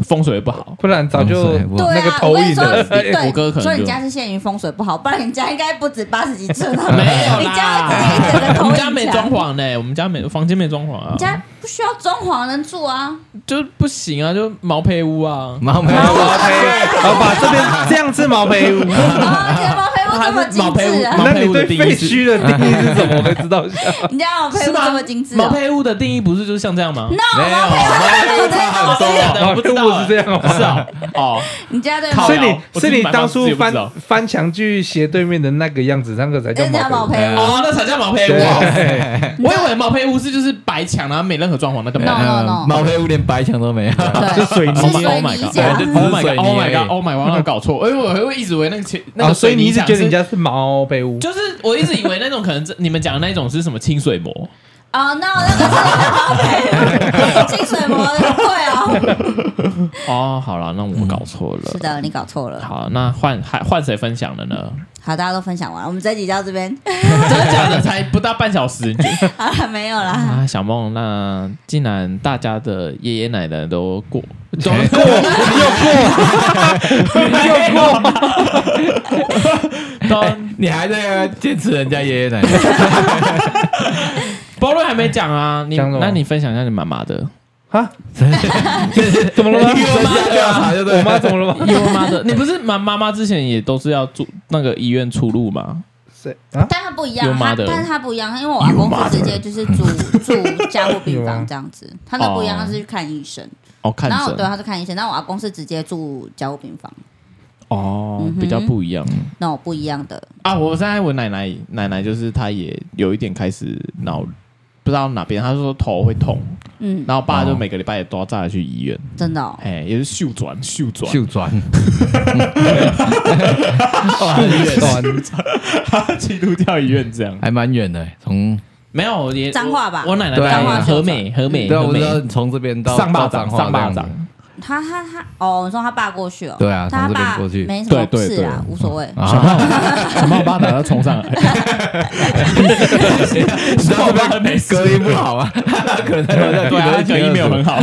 A: 风水不好。
C: 不然早就
B: 对
C: 那个
B: 啊，
C: 投
B: 我跟你
C: 影
B: 说，
C: 的
A: 我哥
B: 对，
A: 可能
B: 所以你
A: 就
B: 家是限于风水不好，不然你家应该不止八十几寸了。
C: 嗯
A: 没有
B: 你家
A: 啦
B: 会直接一整个
A: 我
B: 投影
A: 们家没
B: 墙
A: 装潢呢，我们家没房间没装潢啊
B: 你，家不需要装潢能住 啊。
A: 就不行啊，就毛坯屋啊，
D: 然后没
C: 毛
D: 有
C: 坯，然后把这边这样是毛坯 屋。
B: 啊，你的毛坯屋这么精致啊！
A: 毛
C: 那
A: 坯
C: 你
A: 屋的
C: 对
A: 定
C: 废
A: 义是
C: 墟的定义是什 么？我可以知道一下。
B: 你家毛坯
A: 是
B: 屋
A: 吗
B: 这么精致
A: 毛
B: 哦。
A: 坯屋的定义不是就是像这样吗？
B: 那
D: 没有，
B: 毛坯
D: 没有 差很多
A: 真。的
C: 哦
A: 我不知道
C: 我是这样哦
A: 是啊，哦，
B: 你家对
A: 靠
B: 毛
C: 所以
B: 坯，
A: 呀
C: 你
A: 我
C: 是
A: 自己
C: 你
A: 买
C: 当
A: 房子自
C: 初
A: 己不知道
C: 翻翻墙去斜对面的那个样子，那个才叫
B: 人家毛
C: 毛坯。
B: 坯屋。
A: 哦，那才叫毛坯屋啊。
D: 对
A: 我以为毛坯屋是就是白墙，然后没任何装潢，那根本
B: No, no, no
D: 毛坯屋嗯连白墙都没有。
B: 对，
C: 啊是水泥
B: 是水
A: Oh my
B: 泥
A: god
B: 墙
D: 对。就
A: Oh my
D: 只是水
A: god! Oh
D: 泥
A: my
D: 而已
A: god! 哦 Oh my god! 我搞 错，因为我会一直以为那个前那
C: 啊，
A: 个
C: 所以你一直
A: 水泥墙
C: 觉得
A: 是
C: 人家是毛坯屋？
A: 就是我一直以为那种可能是你们讲的那种是什么清水模，
B: 哦，no，那个是毛坯屋， 清水膜的贵哦。
A: 哦，好了，那我搞错了。
B: 是的，你搞错了。
A: 好，那换还换谁分享了呢？
B: 好，大家都分享完了，我们这集到这边
A: 真的假的？ 才不到半小时你就
B: 好了，没有啦。
A: 啊，小梦，那既然大家的爷爷奶奶都过，都
C: 过又过又过，
A: 都
D: 你还在坚持人家爷爷奶奶？
A: 不包瑞还没讲啊，你
C: 讲什么
A: 那你分享一下你妈妈的
C: 啊， 怎么了 吗？
A: You are
D: 专家调查就对
C: 我妈
D: 了。
C: 怎么了吗？
A: 有妈 的，你不是妈妈妈之前也都是要住那个医院出入吗？
C: 谁 啊？
B: 但他不一样
A: 有，
B: 他
A: 妈的
B: 但是他不一样，因为我阿公是直接就是住 住加护病房这样子，他那不一样，
A: 哦
B: 他是去看医生。
A: 哦，看
B: 然后对，啊
A: 诊
B: 他是看医生，但我阿公是直接住加护病房，
A: 哦
B: 嗯，哼
A: 比较不一样
B: 那我不一样的。
A: 啊。我现在我奶奶奶奶就是她也有一点开始脑不知道哪边，她说头会痛，
B: 嗯，
A: 然后爸就
D: 哦
A: 每个礼拜也都要带她去医院，
B: 真的哦，
A: 哎，也是秀转秀转，
D: 秀转，
A: 基督教医院这样。
D: 还蛮远的，从
A: 没有，我也
B: 脏话吧
A: 我我奶奶
D: 对啊
A: 彰化
D: 彰化
A: 和美和美
D: 对啊，
A: 和
D: 我知
A: 美
D: 道从这边到
A: 上巴
D: 到
A: 掌
D: 彰化
A: 上巴
D: 这样
A: 掌
D: 子，
B: 他他他哦，你说他爸过去哦，
D: 对啊
B: 但他
D: 从这边
B: 爸
D: 过去
B: 没什么
A: 对对
B: 事啊，
A: 对
B: 无所谓。
A: 小胖，小胖把他打到冲上来，
D: 你知道
A: 上巴
D: 这
A: 掌没
D: 边
A: 事
D: 隔音不好啊， 他可能
A: 对啊，他隔音没有很
D: 好。
A: 好。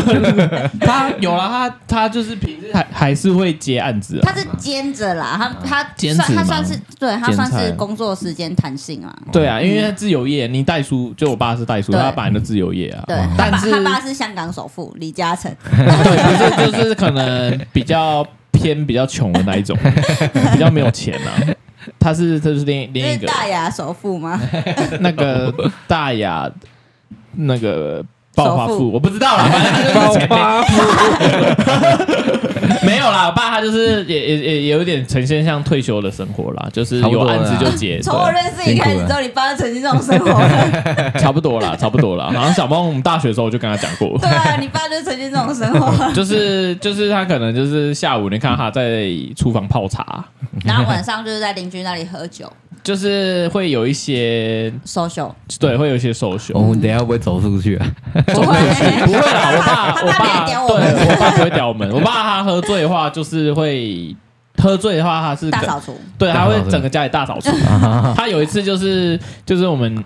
A: 他有了，他他就是平时还还是会接案子啊，
B: 他是兼着啦，他他
A: 哦兼
B: 算
A: 职
B: 他
A: 吗
B: 算是对他
A: 兼
B: 算
A: 差
B: 是工作时间弹性啊。
A: 对啊，因为他自由业，你代书就我爸是代书，
B: 对
A: 他本来就自由业啊，
B: 对，他
A: 但
B: 爸
A: 是
B: 他爸是香港首富李嘉诚，
A: 对，不是就是可能比较偏比较穷的那一种，比较没有钱啊。他是这是另另一
B: 是
A: 个
B: 大雅首富 吗？
A: 那个大雅那个暴发
B: 首富
A: 户，我不知道 啦，反正他就是
C: 爆
A: 前面
C: 发
A: 没有啦，我爸他就是也也也也有点呈现像退休的生活啦，就是
D: 差不
A: 有
D: 多啦
A: 案子就 接，
B: 从我
A: 对
B: 认识你开始之后，你爸曾经这种生活了。
A: 差不多啦，差不多啦。 好像小梦，我们大学的时候我就跟他讲过，
B: 对啊，你爸就曾经这种生活，
A: 就是就是他可能就是下午你看他在厨房泡茶，
B: 然后晚上就是在邻居那里喝酒
A: 就是会有一些
B: social，
A: 对，会有一些手续。
D: 我们哦等一下会不会走出去啊？
B: 不会
A: 不会啦，我
B: 他
A: 爸，
B: 他
A: 我
B: 爸没有屌
A: 爸，
B: 我们，
A: 对我爸不会屌我们。我爸他喝醉的话，就是会喝醉的话，他是
B: 大扫除，
A: 对，他会
D: 大扫除
A: 整个家里大扫除。
D: 啊
A: 他有一次就是 就是我们，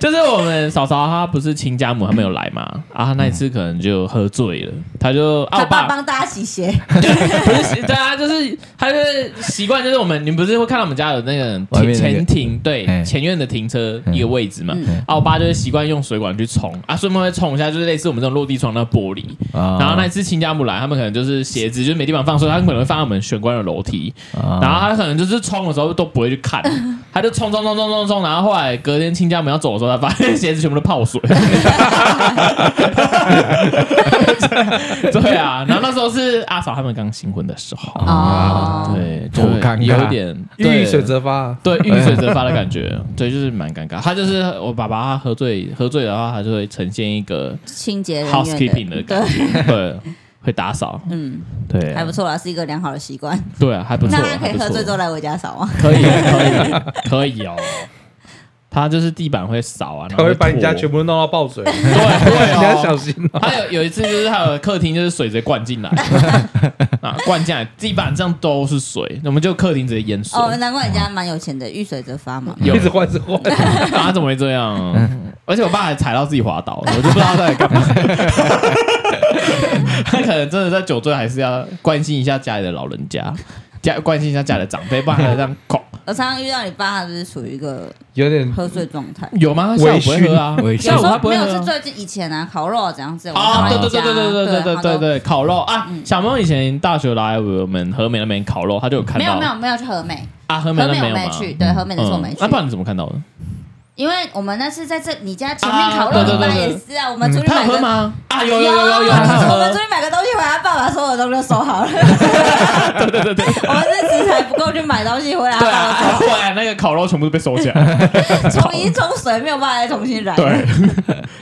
A: 就是我们嫂嫂她不是亲家母，她没有来嘛，啊，她那一
D: 嗯
A: 次可能就喝醉了，她就
B: 他
A: 啊，我
B: 爸
A: 爸
B: 帮大家洗鞋，
A: 不是对啊，就是他就是习惯，就是我们你们不是会看到我们家有那个
D: 外
A: 前
D: 面那个
A: 前庭对
D: 嗯
A: 前院的停车
D: 嗯
A: 一个位置嘛
B: 嗯，
A: 啊，我爸就是习惯用水管去冲啊，顺便会冲一下，就是类似我们这种落地窗那玻璃，
D: 然
A: 然后那一次亲家母来，他们可能就是鞋子就是没地方放，所以他们可能会放在我们玄关的楼梯。
B: 啊
A: 然后他可能就是冲的时候都不会去 看，他就冲冲冲冲冲冲，然后后来隔天亲家母要走的时候，他发现鞋子全部都 泡水。对啊，然后那时候是阿嫂他们刚新婚的时候，
B: 哦
A: 对，就
D: 多尴尬
A: 有点
C: 遇水。
A: 对
C: 则发，
A: 对，遇水则发的感觉， 对，就是蛮尴尬。他就是我爸爸，他喝醉喝醉的话，他就会呈现一个
B: 清洁人
A: housekeeping
B: 员
A: 的感
B: 对，
A: 觉，对，会打扫，
B: 嗯，
A: 对，
B: 还不错啦，是一个良好的习惯。
A: 对啊，还不错，
B: 那他可
A: 还
B: 以
A: 不
B: 喝
A: 错
B: 醉之后来我家扫啊吗？
A: 可以可以可以哦。他就是地板会扫啊，然
C: 他
A: 后
C: 会把你家
A: 拖
C: 全部弄到爆 水，
A: 对对
C: 你要
A: 哦。
C: 小心哦。
A: 他有有一次就是他的客厅就是水直接灌 进来啊，灌进来地板上都是水，我们就客厅直接淹水。
B: 哦，难怪人家蛮有钱的，遇水则发嘛。
A: 嗯有
C: 一直换，一直换，
A: 啊，怎么会这 样？而且我爸还踩到自己滑倒，我就不知道他在 干嘛。他可能真的在酒醉，还是要关心一下家里的老人家，家关心一下家里的长辈，不然还这 样恐
B: 我常常遇到你爸，他就是处于一个
C: 有点
B: 喝醉状态。
A: 有吗？他下午不会喝啊
D: 微，醺
A: 下午他不
B: 没
A: 会喝
B: 有
A: 啊、
B: 是最近以前啊，烤肉啊怎样子，我
A: 哦，
B: 们
A: 对
B: 到
A: 对
B: 你家
A: 对对对对对
B: 对
A: 对对对，烤肉啊！
B: 嗯
A: 小梦以前大学来我们和美那边烤肉，他就有看
B: 没有
A: 到
B: 没有没有去和美，
A: 啊，和美
B: 和
A: 那
B: 美
A: 边
B: 我
A: 有
B: 没
A: 嗯啊吗？
B: 去，对，和美那次我没去
A: 那。不然你怎么看到的？
B: 因为我们那次在这你家前面烤
A: 啊
B: 肉，
A: 对
B: 你
A: 对
B: 爸
A: 对对
B: 也是啊，我们出去
A: 他
B: 买
A: 有喝
B: 个。
A: 吗？啊，有
B: 有
A: 有有有，
B: 我
A: 他有
B: 们
A: 喝
B: 出。去买个东西回来，爸爸所有东西都收好了。
A: 对对 对对。
B: 我们是食材不够去买东西回来，
A: 对
B: 爸
A: 啊，
B: 爸
A: 啊后来那个烤肉全部都被收起 来。
B: 重新冲水，没有办法再重新燃。
A: 对，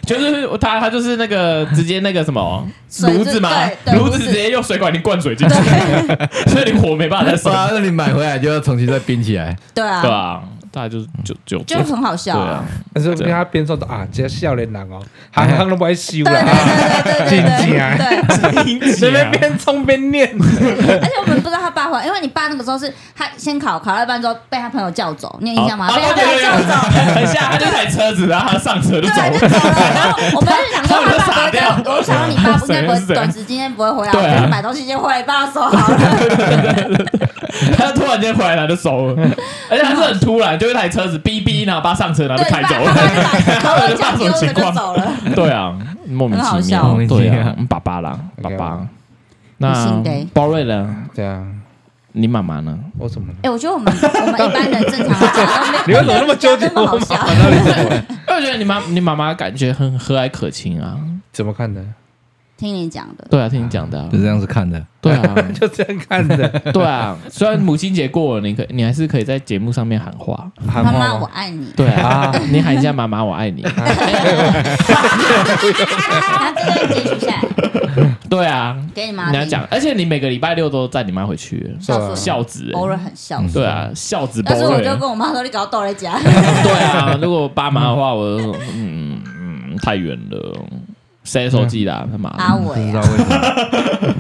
A: 就是他，他就是那个直接那个什么
B: 水
A: 炉子嘛
B: 对，对
A: 炉
B: 炉
A: 子
B: 子
A: 直接用水管已经灌水进去， 所以你火没办法 再
D: 是
A: 生，
D: 啊，那你买回来就要重新再冰起来。
B: 对啊，
A: 对吧？大家就是就就
B: 就很好笑
A: 对啊
B: 啊。，
C: 但是跟他边说啊，这笑脸人哦，行行都不爱修
A: 啊
B: 对对
C: 啦，
B: 对对对对对对，
C: 随
B: 啊
C: 便边冲边念，
B: 而且我们不知道他爸回来，因为你爸那个时候是他先烤，烤到一半之后被他朋友叫走，你有印象吗？
A: 啊
B: 被他朋友叫走，
A: 啊很像，他就一台车子，然后他上车就走
B: 对，啊
A: 了
B: 就。走了。然后我们就想说他爸不会
A: 他们都傻掉
B: 跟我想到你爸应该不
A: 谁是
B: 会
A: 谁
B: 短时间不会回来，
A: 对啊
B: 我去买东西先回来，帮我收好 了。
A: 他突然间回来，他就收了， 而且他是很突然，就一台车子哔哔，然后把他上车，然后
B: 对，
A: 就开
B: 把
A: 走
B: 他
A: 了。
B: 把把我交给我
A: 什么情
B: 们就
A: 况
B: 走了。
A: 对啊，莫名
B: 很好
A: 其
B: 笑莫
A: 妙，
D: 名
A: 对
D: 其
A: 啊
D: 妙，
A: 嗯爸爸啦，爸
C: OK
A: 爸
C: 啊。
A: 那
B: 不行的
A: 包瑞呢？
C: 对啊，
A: 你妈 妈呢？
C: 我怎么了？
B: 哎，我觉得我们我们一般人正常的
C: 你为什么那么纠结
B: 那么好
C: 我
B: 笑
C: 妈？ 妈到底怎么了？
A: 因为我觉得你妈你妈妈感觉很和蔼可亲啊。
C: 怎么看的？
B: 听你讲的，
A: 对啊，听你讲的啊。
D: 就这样子看的。
A: 对啊，
C: 就这样看的。
A: 对啊。虽然母亲节过了，你可你还是可以在节目上面喊话。
D: 喊
B: 妈
D: 话
B: 妈
D: 吗
B: 我爱你。
A: 对啊， 你喊一下妈妈我爱你。
B: 啊，这个截取下来
A: 对啊，
B: 给你妈
A: 你要
B: 听。
A: 讲，而且你每个礼拜六都载你妈回去，
B: 孝顺
A: 孝子欸。
B: 偶尔很孝顺。
A: 对啊，孝子包
B: 但是我
A: 瑞
B: 就。跟我妈说，你搞到我在家。
A: 对啊，如果爸妈的话，我就说嗯嗯太远了，谁手机啦？他妈的
B: 阿
D: 不
B: 伟
D: 知道
B: 啊，
D: 为什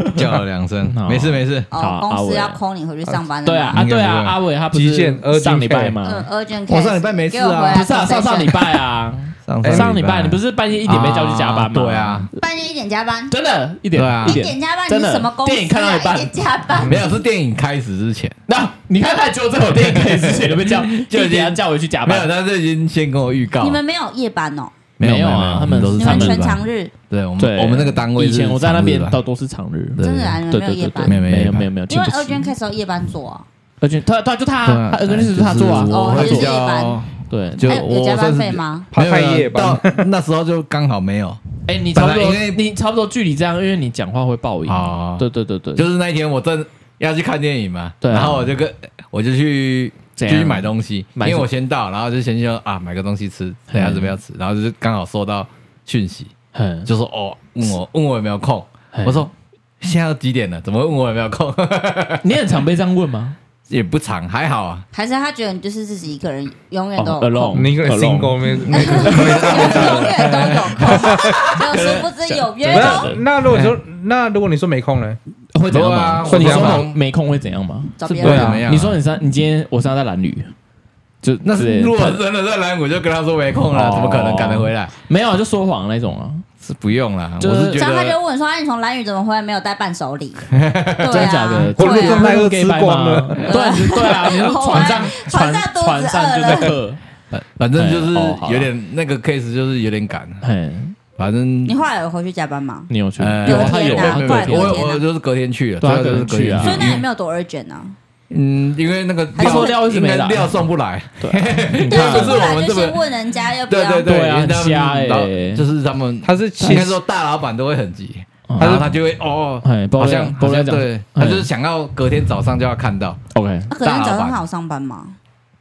D: 么叫了两 声
A: 哦，
D: 没事没事，
A: 好
B: 哦，
A: 阿
B: 公
A: 伟
B: 司要 call 你回去上班的
A: 对
B: 嘛。
A: 啊啊
D: 应该
A: 对啊，
D: 不会
A: 阿伟他不
C: 极限
A: 是
C: urgent
A: 上礼拜吗
B: 嗯？，urgent
D: 我
B: case，
D: 上礼拜没事啊
B: 给我回来
A: 不是啊，上上礼
B: session
A: 拜啊，
D: 上
C: 哎
A: 上礼拜你不是半夜一点被叫去加班吗？
D: 啊对啊，
B: 半夜一点加班，
A: 真的，一点
D: 对啊
A: 一
B: 一点
A: 点。
B: 加班，
A: 真
B: 你
A: 的
B: 是什么公司啊？
A: 电影看到一半
B: 点加班，
D: 没有是电影开始之前，
A: 那你看他就这种电影可以之前就被叫，就人家叫回去加
D: 没有，
A: 班。
D: 他就已经先跟我预告
B: 你，们没有夜班哦？
A: 没有啊他们
D: 都是
B: 你
A: 他
B: 们
A: 们
B: 全长
D: 长日班，
B: 日，
D: 对我们
A: 对，
D: 我们那个单位
A: 以
D: 是
A: 前我在那边
D: 长日班
A: 都都是常日。
D: 对
B: 真的啊，你们
A: 对
B: 没有
A: 对
B: 夜
A: 对对，
B: 班
D: 没。有
A: 没有
D: 夜班
A: 没有没有，
B: 因
A: 请
B: 为
A: 不
B: urgent
A: 起。
B: case 有夜班做啊，
A: 而且他他就他
D: 对啊
A: 啊，他 urgent 是他做啊
D: 就是，
B: 哦
D: 我
B: 他
D: 会
B: 就是夜
D: 比
B: 班
D: 较
A: 对。
D: 就
B: 哎有
D: 我
B: 加
D: 算
B: 班
D: 是
B: 费吗？
C: 怕太夜
D: 没有
C: 吧？
D: 到那时候就刚好没有
A: 哎，你差不多
D: 本来因为
A: 你差不多距离这样，因为你讲话会爆音。
D: 啊，
A: 对对对对，
D: 就是那一天我正要去看电影嘛，
A: 对啊
D: 然后我就跟我就去
A: 怎
D: 就
A: 样
D: 去买东西，因
A: 买什么嗯
D: 为我先到，然后就先说啊买个东西吃，等一下准备要吃，然后就是刚好收到讯息，
A: 很
D: 就说哦问我问我有没有空，我说现在都几点了，怎么会问我有没有空？
A: 你很常被这样问吗？
D: 也不长，还好啊。
B: 还是他觉得你就是自己一个人，永远都有
A: 哦 ，alone
B: 空，
C: 你一个人
A: Alone
C: single 没
B: 永
C: 没
B: 远都有空，就殊不知有约
A: 真
B: 哦
A: 的。
C: 那那如果说那如果你说没空呢？
A: 会怎样
D: 对
A: 吗？
D: 啊
A: 会
D: 会
A: 你
D: 怎样
A: 说
D: 吗
A: 没空会怎样吗？
B: 找
A: 是
B: 别
A: 不会
B: 人
A: 啊
D: 怎么样啊
A: 你说你上，你今天我上在蓝旅，就
D: 那
A: 之类的
D: 如果真的在蓝，我就跟他说没空了，
A: 哦
D: 怎么可能赶得回来？
A: 没有就说谎那种啊，
D: 是不用啦，
A: 就
D: 我
A: 是
D: 是觉
B: 然后他就
D: 得
B: 问说：“啊，你从蓝宇怎么回来没有带伴手礼？”
A: 真
B: 对
A: 的
B: 啊，
A: 假的？
B: 对
C: 或者
B: 啊
C: 说那个
A: gay
C: 吃
A: 掰
C: 光
A: 吗
C: 了
A: 对啊对啊，你是船上
B: 船
A: 船
B: 上肚子
A: 船上就在嗑，
D: 反反正就是
A: 哎哦好啊
D: 有点那个 case，就是有点赶，啊
A: 嘿，
D: 反正
B: 你后来有回去加班吗？
A: 你有去？
D: 呃
B: 有
A: 他
B: 天
A: 有
B: 啊
A: 会
B: 怪
A: 有
B: 不得
A: 天
D: 我
B: 天啊
D: 我就是隔天去了，
A: 对啊
D: 最后就是
A: 隔天去啊
D: 隔
B: 所以
D: 天
B: 那也没有多 urgent 啊，
D: 嗯，因为那个
B: 还是
A: 说料一直没来
D: 应该料送 不来，
A: 你
B: 对，啊
A: 看
D: 就
B: 就是是
D: 我们
B: 就
D: 这
B: 是
D: 边
B: 问人家要不
D: 对
B: 要
D: 对
A: 对啊
D: 因为他
A: 很瞎欸
D: 们老就是他们，
C: 他是
D: 应
C: 其
D: 该
C: 实
D: 说大老板都会很急，
A: 嗯
D: 然后他就会哦，
A: 哎，包
D: 好
A: 瑞
D: 像
A: 包
D: 好
A: 瑞
D: 像
A: 讲哎
D: 对，他就是想要隔天早上就要看到
A: OK，
B: 啊可能早上他有上班吗？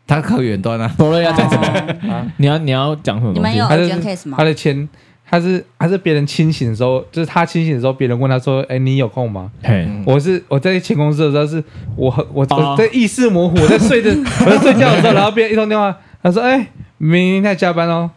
D: 他靠远端啊，
A: 包瑞要讲什么？
B: 哦
A: 你要你要讲什么
B: 你
A: 东
B: 们
A: 西
B: 有？
C: 他就
B: urgent
C: 是
B: case 吗
C: 他？的签，他是他是别人清醒的时候，就是他清醒的时候，别人问他说：“哎，你有空吗？”
A: 嘿，
D: 嗯
C: 我是我在前公司的时候是，我很我
A: 哦
C: 我在意识模糊，我在睡着，我在睡觉的时候，然后别人一通电话，他说：“哎，明天在加班哦。”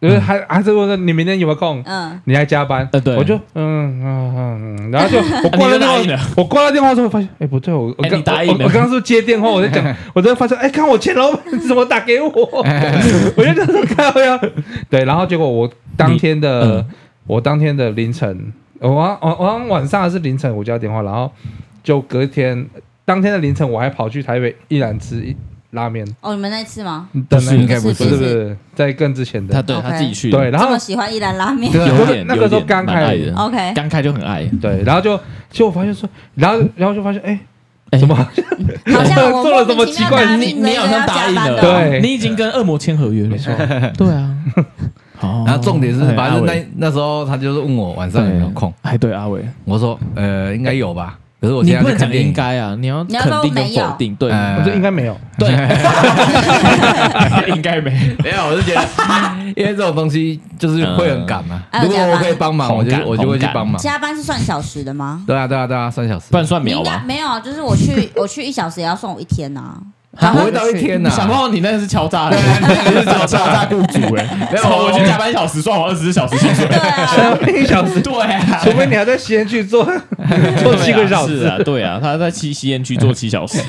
C: 就是还还是问说你明天有没有空？
B: 嗯，
C: 你还加班？
A: 呃对
C: 我就嗯嗯嗯嗯， 然后就我挂
A: 你就
C: 了
A: 答应
C: 电
A: 了
C: 话，我挂了电话之后发现，哎不对，我我
A: 哎
C: 刚
A: 你答应
C: 我
A: 了
C: 我刚刚是不是接电话，我 在讲，我在发现，哎，看我前老板怎么打给我， 我就这样看我呀，对，然后结果我当天
A: 你
C: 的
A: 嗯
C: 我当天的凌晨，我晚我我晚上还是凌晨我接到电话，然后就隔天当天的凌晨我还跑去台北一兰吃一拉面，
B: 哦，你们那次吗？
C: 不
A: 是应
B: 该不
C: 不
B: 是
C: 是不是在更之前
A: 他
C: 的，
A: 对他
B: OK
A: 自己去，
C: 对，，然
B: 这
C: 后
B: 么喜欢一兰拉面
C: 对
A: 有点
C: 那个时候
A: 有点
C: 刚
A: 蛮
C: 开
A: 爱
C: 始
A: 的。
B: ？OK，
A: 刚开就很 爱，
C: 对，然后就结果发现说，然后然后就发现哎、
A: 哎
C: 怎么
B: 好像 我
C: 做了这么奇怪的
A: 你你好像答应了，
C: 对
A: 你已经跟恶魔签合约了， 对 啊。哦
D: 然后重点是
A: 哎，
D: 反
A: 阿
D: 正
A: 伟
D: 那那时候他就是问我晚上有没有空，
A: 哎，对，阿伟，
D: 我说呃应该有吧，可是我
A: 你
D: 现
A: 不
D: 在
A: 能
D: 在
A: 讲
D: 看电
A: 应
D: 影，
A: 该啊，你要
B: 你要说
A: 肯定
B: 没有
A: 跟否定，对
D: 呃
C: 我说应该没 有，
A: 对， 应该没。
D: 没有，我是觉得因为这种东西就是会很 赶嘛
B: 嗯，
D: 如果我可以帮忙，
A: 红
D: 我就
A: 感
D: 我就会去帮忙。
B: 加班是算小时的吗？
D: 对啊对啊对啊，三小时
A: 不，然算
B: 你
A: 秒
B: 应该
A: 吧，
B: 没有啊，就是我去我去一小时也要算我一天呐、啊。
D: 不会到一天呐、
A: 想不到你那个是敲诈的，你是敲诈雇主哎。 没有，我去加班一小时，算我二十四小时薪水。
B: 对啊，
C: 一小 时，
A: 对啊，
C: 除非你还在吸烟去 做做七个小
A: 是
C: 时
A: 啊，对啊，他在吸吸烟区做七小时。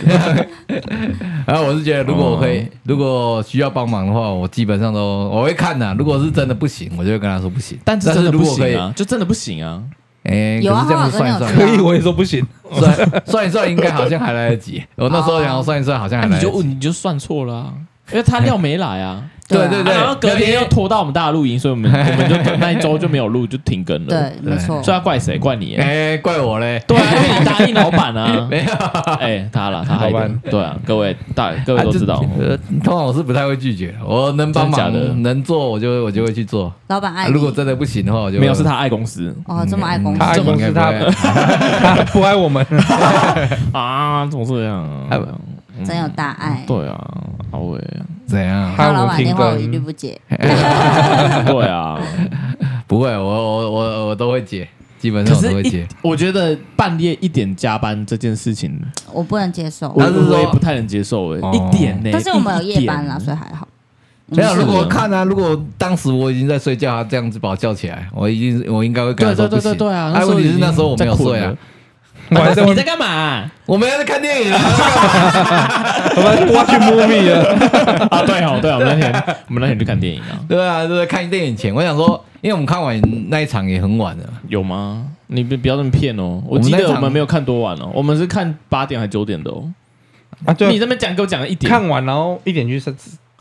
D: 然哎后我是觉得，如果我可以，如果需要帮忙的话，我基本上都我会看的、如果是真的不行，我就会跟他说不行。
A: 但是真的
D: 如
A: 不
D: 果可以
A: 行，啊，就真的不行啊。
D: 哎，
B: 有啊
D: 可是这样子算一
B: 浩浩
D: 算
B: 哥你有
C: 可以，我也说不行。
D: 算算一算，应该好像还来得及。我那时
B: 哦
D: 候想算一算，好像
A: 那
D: 还来
A: 哎你
D: 得
A: 就
D: 及。
A: 你就算错了啊，因为他料没来啊。
D: 对
B: 对啊
A: 啊
D: 对对，
A: 然后隔天又拖到我们大陆营，所以我们 我们就那一周就没有录，就停更了。
B: 对，，没错
A: 所以。要怪谁？怪你、欸。
D: 哎，怪我嘞。。
A: 对啊，因为你答应老板啊
D: 没有，
A: 哎、他了，他害
C: 老
A: 的
C: 板。
A: 对啊，各位大各位都知道，
D: 啊就呃通常我是不太会拒绝，我能
A: 真
D: 帮
A: 的假的
D: 忙能做，我就我就会去做。
B: 老板爱
D: 啊
B: 你
D: 如果真的不行的话，我就
A: 没有是他爱公司
B: 哦，这么哎爱公司
D: 嗯
C: 他，爱公司，
D: 应该
C: 他
D: 不
C: 他不爱我 们。
A: 啊，怎么这样、啊
D: 哎？
B: 真有大爱。
A: 对啊，阿伟，
D: 怎样？
B: 到
C: 他
B: 老
C: 我
B: 板
C: 听
B: 电话我一律
C: 歌，
B: 不接，
A: 对啊。
D: 不会，我我我我都会接，基 本
A: 可
D: 上我都
A: 是
D: 会
A: 一
D: 接。，
A: 我觉得半夜一点加班这件事情，
B: 我不能接受
A: 我。
D: 但是说
A: 我也不太能接受哎、
D: 哦
A: 一点呢、
B: 但是我们有夜班啦，
A: 了，
B: 所以还好。
D: 没有，
A: 是
D: 如果看啊，如果当时我已经在睡觉，他这样子把我叫起来，我已经我应该会跟他
A: 对
D: 说
A: 对
D: 不
A: 对对
D: 行。
A: 对啊！
D: 哎，问题
A: 已
D: 是
A: 经
D: 那时候我没有
A: 在困
D: 睡啊
A: 了，
C: 我还在
A: 你
C: 外
A: 在
C: 面，
A: 干嘛啊？
D: 我们要在看电影啊。
C: 我们挖去 movie 了。
A: 啊对哦，对哦，我们那 天我们那天去看电影啊，
D: 对啊，就是看电影前，我想说，因为我们看完那一场也很晚了，
A: 有吗？你别不要这么骗哦！我
D: 我们
A: 记
D: 那
A: 得
D: 场
A: 我们没有看多晚哦，我们是看八点还九点的哦。
C: 啊，
A: 你
C: 对，
A: 这边讲给我讲了一点，
C: 看完然后一点去上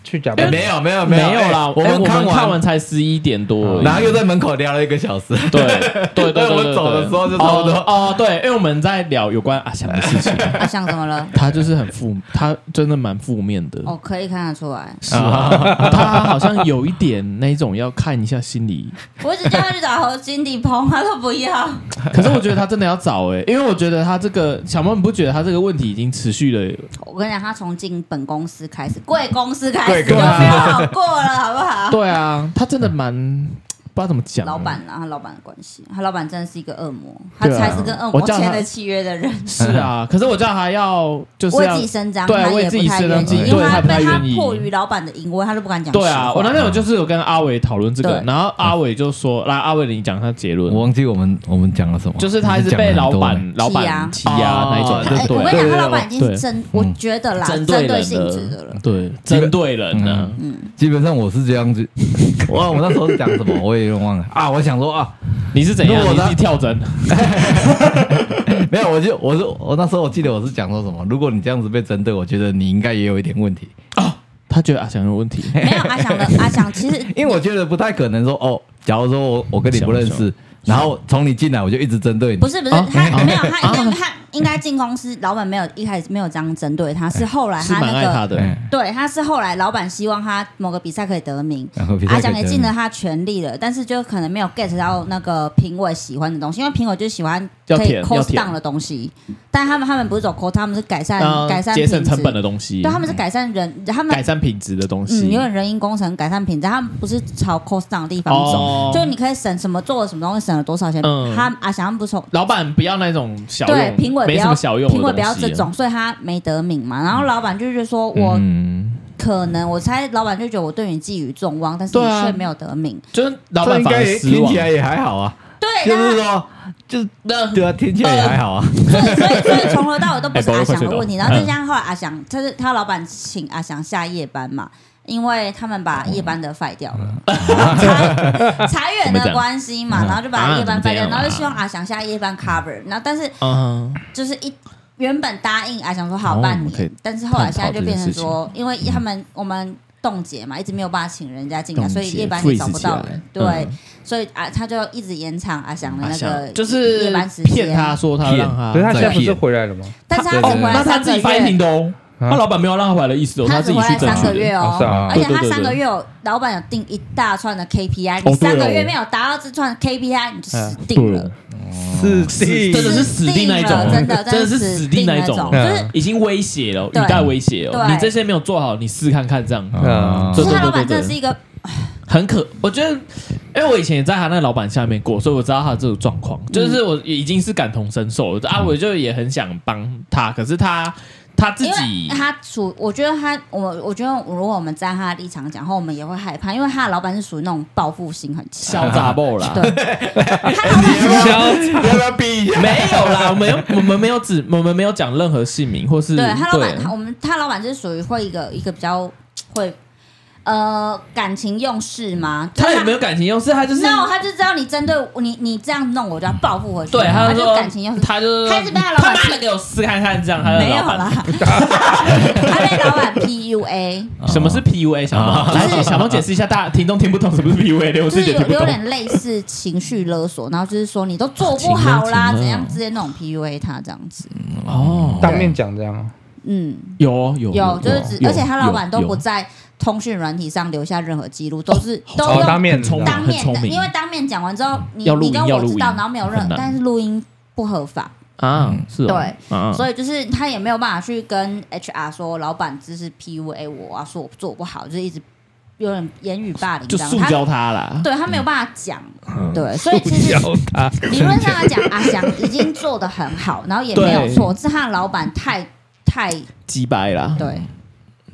C: 去加
D: 哎
C: 班，
D: 没有没有
A: 没
D: 有
A: 有啦？
D: 哎
A: 我
D: 我
A: 们
D: 们
A: 看
D: 看
A: 看完才啊十一点多而已，
D: 然后又在门口聊了一个小时，
A: 对对对对
D: 对我
A: 对
D: 走的
A: 对
D: 时候就差不多
A: 哦哦对，因为我们在聊有关阿翔的事情，
B: 啊，想怎么了？
A: 他就是很负，他真的蛮负面的。
B: 哦，可以看得出来。
A: 是啊， 他好像有一点那种要看一下心理
B: 我只叫他去找侯金迪鹏，他都不要。
A: 可是我觉得他真的要找哎、因为我觉得他这个小猫，你不觉得他这个问题已经持续了？
B: 我跟你讲，他从进本公司开始，贵公司开
D: 贵
B: 始就
D: 公
B: 没
D: 司
B: 有好过了，好不好？
A: 对啊，他真的蛮不知道怎么 讲、欸
B: 老板啊，他老板的关系，他老板真的是一个恶魔，他
A: 对啊
B: 才是跟恶
A: 我
B: 魔
A: 叫他
B: 签了契约的人，
A: 是 啊，可是我叫他要就是
B: 为
A: 要
B: 自己伸张，
A: 对
B: 他
A: 为
B: 也
A: 自
B: 不
A: 己
B: 太
A: 伸张
B: 愿
A: 自己
B: 意，因为
A: 对
B: 他
A: 他不太
B: 被他
A: 愿意
B: 迫于老板的淫威，他都不敢讲实
A: 对
B: 话。
A: 啊，我那天我就是有跟阿伟讨论这个，
B: 对
A: 然后阿伟就说，来阿伟你讲一下结论
D: 我，忘记我们我们讲了什么，
A: 就是他一直被老板老
B: 讲了很多
A: 板欺压
D: 哦
A: 那一种，
D: 对
B: 哎
A: 对
B: 我跟你
A: 了，
B: 讲，
D: 对
B: 他老板已经
A: 对嗯
B: 是针，我觉得啦，针
A: 对
B: 对
A: 人
B: 性质的嗯了
A: 的，。嗯对，针对人呢，
D: 基本上我是这样子。哇，我那时候是讲什么，我也有点忘了啊。我想说啊，
A: 你是怎样？
D: 如果
A: 你
D: 他
A: 是跳针？
D: 没有，我就我是我那时候我记得我是讲说什么，如果你这样子被针对，我觉得你应该也有一点问题，
A: 他觉得阿翔有问题，
B: 没有阿翔的阿翔，其 实
D: 因为我觉得不太可能说哦，假如说我我跟你不认
A: 想
D: 识，然后从你进来我就一直针对你
B: 不，是不是，
A: 啊
B: 他没有他应该他应该进公司，老板没有一开始没有这样针对他，是后来
A: 是
B: 他
A: 蛮
B: 那
A: 爱他
B: 个
A: 的，
D: 哎
B: 对，他是后来老板希望他某个比赛可以得名，
D: 然后比赛
B: 阿翔也
D: 可以得
B: 尽
D: 名
B: 了他全力了，但是就可能没有 get 到那个评委喜欢的东西，因为评委就喜欢
A: 要
B: 可以
A: 舔要
B: cost
A: 舔
B: down 的东西，但他们他们不是走 cost，他们是改善
A: 嗯
B: 改善
A: 节
B: 品质
A: 省成本的东西，嗯
B: 对，他们是改善人，他们
A: 改善品质的东西，哦
B: 嗯，有点人因工程改善品质，他们不是朝 cost down 的地方走，
A: 哦
B: 就你可以省什么做了什么东西，省了多少钱。
A: 嗯
B: 他阿翔他们不是从
A: 老板不要那种小用，
B: 对评委不
A: 没什
B: 要
A: 么小用的
B: 评委不要
A: 东西啊
B: 这种，所以他没得名嘛。然后老板就是说我
D: 嗯，
B: 可能我猜老板就觉得我对你寄予众望，但是你
A: 对啊
B: 却没有得名。
A: 就是老
D: 这
A: 板
D: 应
A: 反
D: 该
A: 而
D: 也
A: 失
D: 听
A: 望
D: 起。来也还好啊，
B: 对
D: 就
B: 啊
D: 是，说就是
A: 那
D: 对啊，听起来也还好 啊，
B: 所以所以 所以从头到尾都不是
A: 哎宝
B: 阿
A: 贝快
B: 翔
A: 睡
B: 的
A: 着
B: 问题。
A: 嗯
B: 然后再加上后来阿翔，他是他老板请阿翔下夜班嘛。因为他们把夜班的废掉了，
A: 啊
B: 裁裁员的关系嘛，然后就把夜班废掉，
A: 啊
B: 然后就希望阿翔下夜班 cover，然后但是
A: 嗯，
B: 就是一原本答应啊，想说好
A: 哦
B: 半
A: 我们可
B: 年，
A: 以
B: 但是后来现在
A: 探
B: 就
A: 讨这
B: 变
A: 件
B: 成
A: 事情嗯
B: 说，因为他们我们冻结嘛，一直没有办法请人家进来，
A: 冻结
B: 所以夜班也找不到人，
A: freeze 起来
B: 对，所以啊，他就一直延长阿翔的
A: 阿
B: 那
A: 翔
B: 个
A: 就是
B: 夜班时
A: 骗啊
B: 间，
A: 他说他让他
C: 可是他现在
D: 再
C: 不
D: 骗
C: 是回来了吗？
A: 哦
B: 但是他
D: 对
B: 只回
D: 对对
A: 那
B: 来
A: 他
B: 三
A: 自
B: 个
A: 己翻
B: 月
A: 译。的哦，
C: 啊
A: 他老板没有让他回来的意思哦，
B: 他只
A: 自己
B: 回
A: 去
B: 来
A: 争
B: 三个
A: 取
B: 月
A: 的。
B: 哦
C: 哦是，啊
B: 而且他
A: 对对对
B: 三个月有老板有定一大串的 KPI，
A: 对
B: 你
A: 哦
B: 三个月没有达到这串 KPI，你就死定了，
C: 是
A: 死
C: 是
A: 真的是死定那一种哦，
B: 真的
A: 真的是死定那一种哦，
B: 真的
C: 嗯
B: 是死定那种
A: 已经威胁了，
B: 对
A: 语带威胁哦，
B: 对
A: 你这些没有做好，你试看看这样，
D: 啊
C: 啊
B: 就是就是他
A: 对对
B: 老板
A: 对
B: 真的
A: 对
B: 是一个
A: 很可，我觉得，因为我以前也在他那个老板下面过，所以我知道他这种
B: 嗯
A: 状况，就是我已经是感同身受了。啊，我就也很想帮他，可是他他自
B: 因为
A: 己
B: 他属，我觉得他，我我觉得如果我们站他的立场讲话，我们也会害怕，因为他的老板是属于那种报复心很强。
A: 小 杂爆啦，
B: 对，他老板是
D: 要不要逼一下？
A: 没有啦，我们有我们没有指我们没有讲任何姓名或是
B: 对他老板，他我们他老板就是属于会一个一个比较会，呃，感情用事吗？
A: 他
B: 就是
A: 也没有感情用事，他就是
B: 没有，他就知道你针对我你你这样弄我，就要报复回去。
A: 对，他
B: 他
A: 就
B: 就
A: 说
B: 感情用事，
A: 他就是
B: 他是被他老板
A: 他妈的给我撕看看这样，他的
B: 没有
A: 老板
B: 啦， 他被老板 PUA，
A: 什么是 PUA？小猫
D: 啊
A: 来，小猫解释一下，大家听众听不懂什么是 PUA 的，
B: 就
A: 我自
B: 是
A: 己也
B: 有
A: 听不
B: 有
A: 懂。
B: 点类似情绪勒索，然后就是说你都做不好啦，怎
A: 嗯
B: 样之类那种 PUA 他这样子。
A: 哦，
C: 当面讲这样啊，
B: 嗯，
A: 有哦有
B: 有就是只，
A: 有
B: 而且他老板都
A: 有
B: 不在通讯软体上留下任有记录，都是都
C: 哦，当
B: 用
C: 面
A: 很聪明
B: 当面
A: 很聪
B: 的，
A: 明
B: 因为当面讲完之后，你
A: 要录
B: 你
A: 音
B: 跟
A: 要
B: 我
A: 录音
B: 知道，然后没有任
A: 很，难
B: 但是录音不合法。
A: 啊，是哦
B: 对，
A: 啊
B: 所以就是他也没有办法去跟 HR 说，老板就是 PUA 我啊，说我做不好，就是一直有点言语霸凌
A: 就
B: 这样。
A: 塑
B: 他
A: 胶嗯他啦。
B: 对他没有办法讲，
D: 嗯
B: 对，所以其实理论上来 讲，阿翔已经做的很好，然后也没有错，是他的老板太太
A: 击败啦。
B: 对，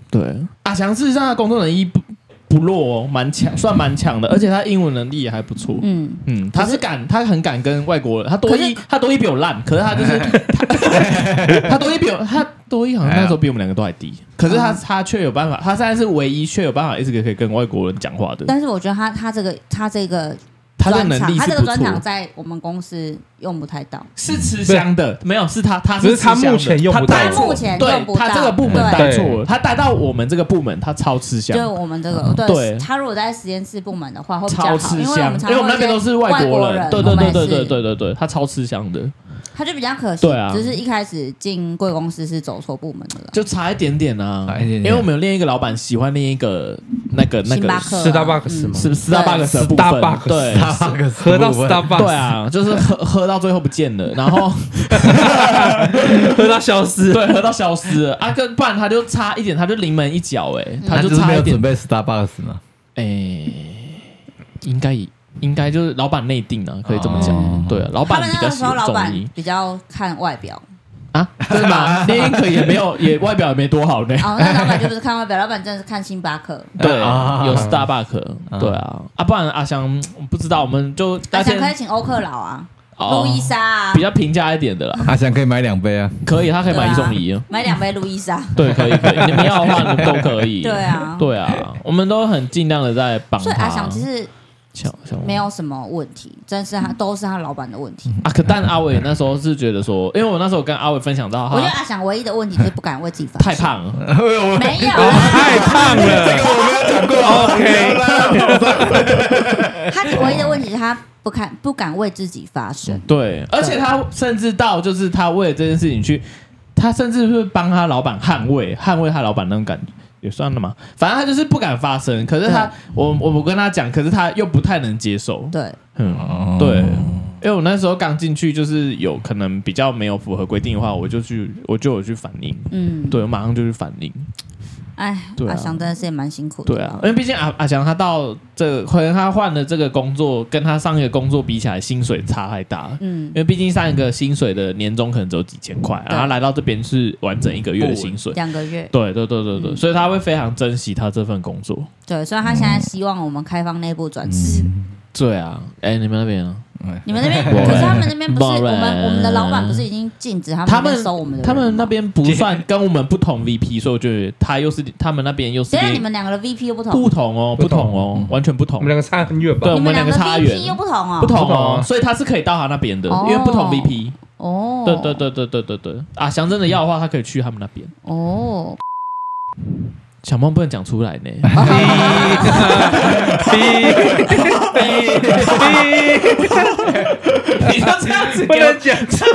A: 对，阿翔事实上他工作能力不不弱哦，蛮强，算蛮强的，而且他英文能力也还不错。
B: 嗯，
A: 嗯，他是敢，他很敢跟外国人，他多一
B: 可
A: 他多一比我烂，可是他就是 他 他多一比我他多一好像那时候比我们两个都还低，可是他
B: 嗯
A: 他却有办法，他现在是唯一却有办法一直可以跟外国人讲话的，
B: 但是我觉得他他这个他这个
A: 他的
B: 专
A: 能
B: 场，
A: 力
B: 他
A: 是
B: 这个
A: 不
B: 专场
A: 错，
B: 在我们公司用不太到，
A: 是吃香的，没有是他他
C: 只是
A: 吃
C: 他
A: 香的
C: 目前用
A: 他
C: 不到
A: 带
B: 他目前用
A: 对
B: 不到，
A: 他这个部门
B: 对
A: 带错了，他带到我们这个部门他超吃香
B: 就，是我们这个，对，
A: 嗯对
B: 他如果在实验室部门的话，会比
A: 超
B: 较好，
A: 吃
B: 因为我
A: 香
B: 们，
A: 因
B: 常
A: 为我们那边都是外
B: 国
A: 国人，对对
B: 我们
A: 对
B: 也
A: 对对
B: 是
A: 对对对，他超吃香的，
B: 他就比较可惜，
A: 对啊
B: 就是一开始进贵公司是走错部门的了，
A: 就差一点点啊，
D: 差一点点
A: 因为我们有另一个老板喜欢另一个那个那
B: 星
A: 个
B: 巴克啊、
C: Starbucks 嘛
A: 是不是 Starbucks 的部分
C: Starbucks
A: 对。
C: 喝到 Starbucks，
A: 对，啊，就是喝喝到最后不见了，然后
C: 喝到消失，
A: 对喝到消失了啊，跟不然他就差一点，他就临门一脚哎、他
D: 嗯他
A: 就
D: 就是
A: 差
D: 没
A: 一
D: 有
A: 点
D: 准备 Starbucks 嘛，
A: 哎、应该应该就是老板内定啊，可以这么讲，
D: 哦
A: 对啊，老
B: 他
A: 板
B: 们
A: 比
B: 那
A: 较
B: 个时
A: 喜
B: 候
A: 欢
B: 老
A: 中
B: 板
A: 医
B: 比较看外表，
A: 啊，真的吗？那可也没有也外表也没多好呢，
B: 哦，那老板就不是看外表，老板真的是看星巴 克。
A: 对，
D: 啊
A: 有 Starbucks，对啊，啊，不然阿翔嗯不知道，我们就
B: 阿
A: 大
B: 翔可以
A: 家
B: 请欧克劳啊，
A: 哦
B: 路易莎啊
A: 比，较平价一点的 啦，
D: 阿翔可以买两杯啊。
A: 可以，他可以买
B: 对啊
A: 一送一哦，
B: 买两杯路易莎。
A: 对，可以，可以，你们要的话你们都可以，
B: 啊 对啊
A: 对啊，我们都很尽量的在帮
B: 所
A: 他。
B: 以阿翔其实
A: 想想
B: 没有什么问题，真是他都是他老板的问题。
A: 啊，可但阿伟那时候是觉得说，因为我那时候跟阿伟分享到
B: 我觉得
A: 他
B: 阿翔唯一的问题就是不敢为自己发
A: 太
B: 声，
A: 胖了，
B: 没有啊
C: 我
B: 啦，
C: 哦太胖 了，这个我没有讲过，OK，
B: 他唯一的问题是他不敢不敢为自己发声。
A: 对，而且他甚至到就是他为了这件事情去，他甚至是帮他老板捍卫捍卫他老板那种感觉。也算了嘛，反正他就是不敢发声。可是他，我我我跟他讲，可是他又不太能接受。
B: 对，
A: 嗯，
D: 哦
A: 对，因为我那时候刚进去，就是有可能比较没有符合规定的话，我就去我就有去反映，
B: 嗯，
A: 对，我马上就去反映。
B: 哎
A: 对，啊
B: 阿翔真的是也蛮辛苦的。
A: 对啊，因为毕竟阿阿翔他到这可能他换了这个工作，跟他上一个工作比起来，薪水差太大了。
B: 嗯
A: 因，为毕竟上一个薪水的年终可能只有几千块，
B: 对
A: 然后来到这边是完整一个月的薪水。
B: 两个月，
A: 对嗯对对对对，所以他会非常珍惜他这份工作。
B: 对，所以他现在希望我们开放内部转
A: 嗯
B: 职。
A: 对啊，哎，你们那边呢？
B: 你们那边，
A: 我
B: 可是他们那边不是
A: 我
B: 我们我们的老板不是已经禁止他们那
A: 他
B: 边
A: 们
B: 收我们的人
A: 他们
B: 吗
A: 那边不算跟我们不同 VP，所以我觉得他又是他哎们那边又是
B: 谁让
A: 另
B: 你们两个的 VP 又不同
A: 不？同哦，
C: 不
A: 不
C: 同
A: 同哦，完全不
C: 我
A: 同
C: 们。两个差很远吧
A: 对？我
B: 你们
A: 们两
B: 个
A: 个差远
B: VP 又不同哦，
A: 不同
C: 不同
A: 哦
C: 啊，
A: 所以他是可以到他那边的，
B: 哦
A: 因为不同 VP。
B: 哦，
A: 对对对对对对对，啊，想真的要的话，他可以去他们那边。
B: 哦，
A: 小梦不能讲出来呢，你 就这样子
C: 不
A: 给我
C: 能讲，
A: 讲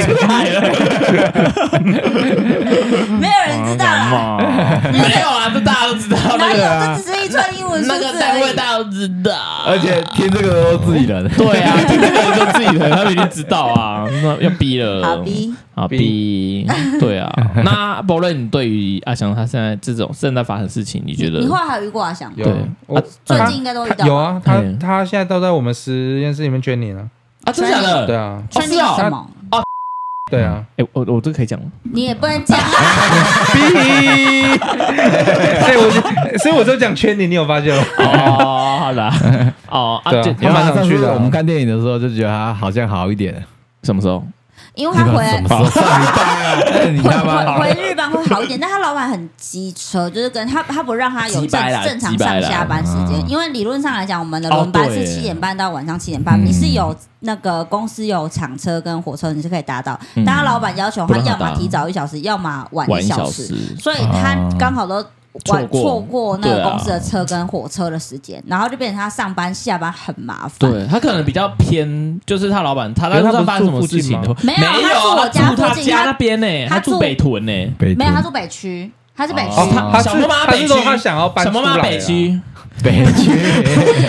A: 出来啊了，
B: 没有人知道啦，
A: 没有啊，这大家都知道
B: 哪
A: 那
B: 有
A: 个啊
B: 这只是一串英文数
A: 那
B: 字
A: 个
B: 而
A: 单位
B: 已。
A: 大家都知道，
D: 而且听这个都自己人，
A: 对啊，听这个就自己人，他们已经知道啊，那要逼了，
B: 好逼，
A: 好逼，对 啊。那博瑞，你对于阿翔他现在这种正在发生的事情，你觉得
B: 你后来还有遇过阿翔吗？
C: 有
A: 对，啊
C: 我
B: 最
C: 他
B: 近应该都遇到
C: 有啊，他
A: 嗯
C: 他现在都在我们实验室里面圈你呢，
A: 啊？真的假的？
C: 对啊，
A: 哦
B: 圈
A: 是
B: 定
A: 哦
B: 什么？
C: 对啊，
A: 哎、我我这个可以讲吗？
B: 你也不能讲啊，
A: 嗯
C: 啊所以我就，所以我就讲圈你，你有发现吗？
A: 哦， 好的啊，哦啊，
C: 对啊
A: 这
C: 还蛮
D: 然后
C: 有趣的啊
D: 我们看电影的时候就觉得他好像好一点了，
A: 什么时候？
B: 因为他回来
D: 什么时候 上礼拜啊？你
B: 回
D: 他妈
B: 回回日本会好一点，但他老板很机车，就是跟他他不让他有
A: 鸡
B: 正
A: 掰啦
B: 正常
A: 鸡掰
B: 上
A: 啦
B: 下班时间，
D: 嗯
B: 因为理论上来讲，我们的
A: 哦
B: 轮班
A: 对
B: 是
A: 耶
B: 七点半到晚上七点半，
D: 嗯
B: 你是有那个公司有厂车跟火车，你是可以搭到，
A: 嗯
B: 但他老板要求
A: 不
B: 他
A: 让他
B: 要么
A: 搭
B: 提早一小时，要么晚
A: 晚
B: 一
A: 一
B: 小
A: 小
B: 时，
A: 时，啊
B: 所以他刚好都晚
A: 错过
B: 错过那
A: 对
B: 个
A: 啊
B: 公司的车跟火车的时间，然后就变成他上班下班很麻烦。
A: 对他可能比较偏，就是他老板，他
C: 哎可是他
A: 不知道
C: 不是
A: 发生什么
C: 住附
A: 事
C: 近
A: 情
C: 吗
A: 的话，
B: 没有他住我
A: 有，啊
B: 家
A: 住他
B: 附近
A: 家
B: 他
A: 那边呢，
B: 他
A: 他住
B: 住
A: 北屯呢，
D: 北
B: 没有，他住北区，他是北区。
A: 哦
C: 他他是
A: 小妈妈
C: 他是说
A: 北区
C: 他想要搬
A: 什
C: 出
A: 么
C: 来啊
A: 嘛北 区，
D: 北区，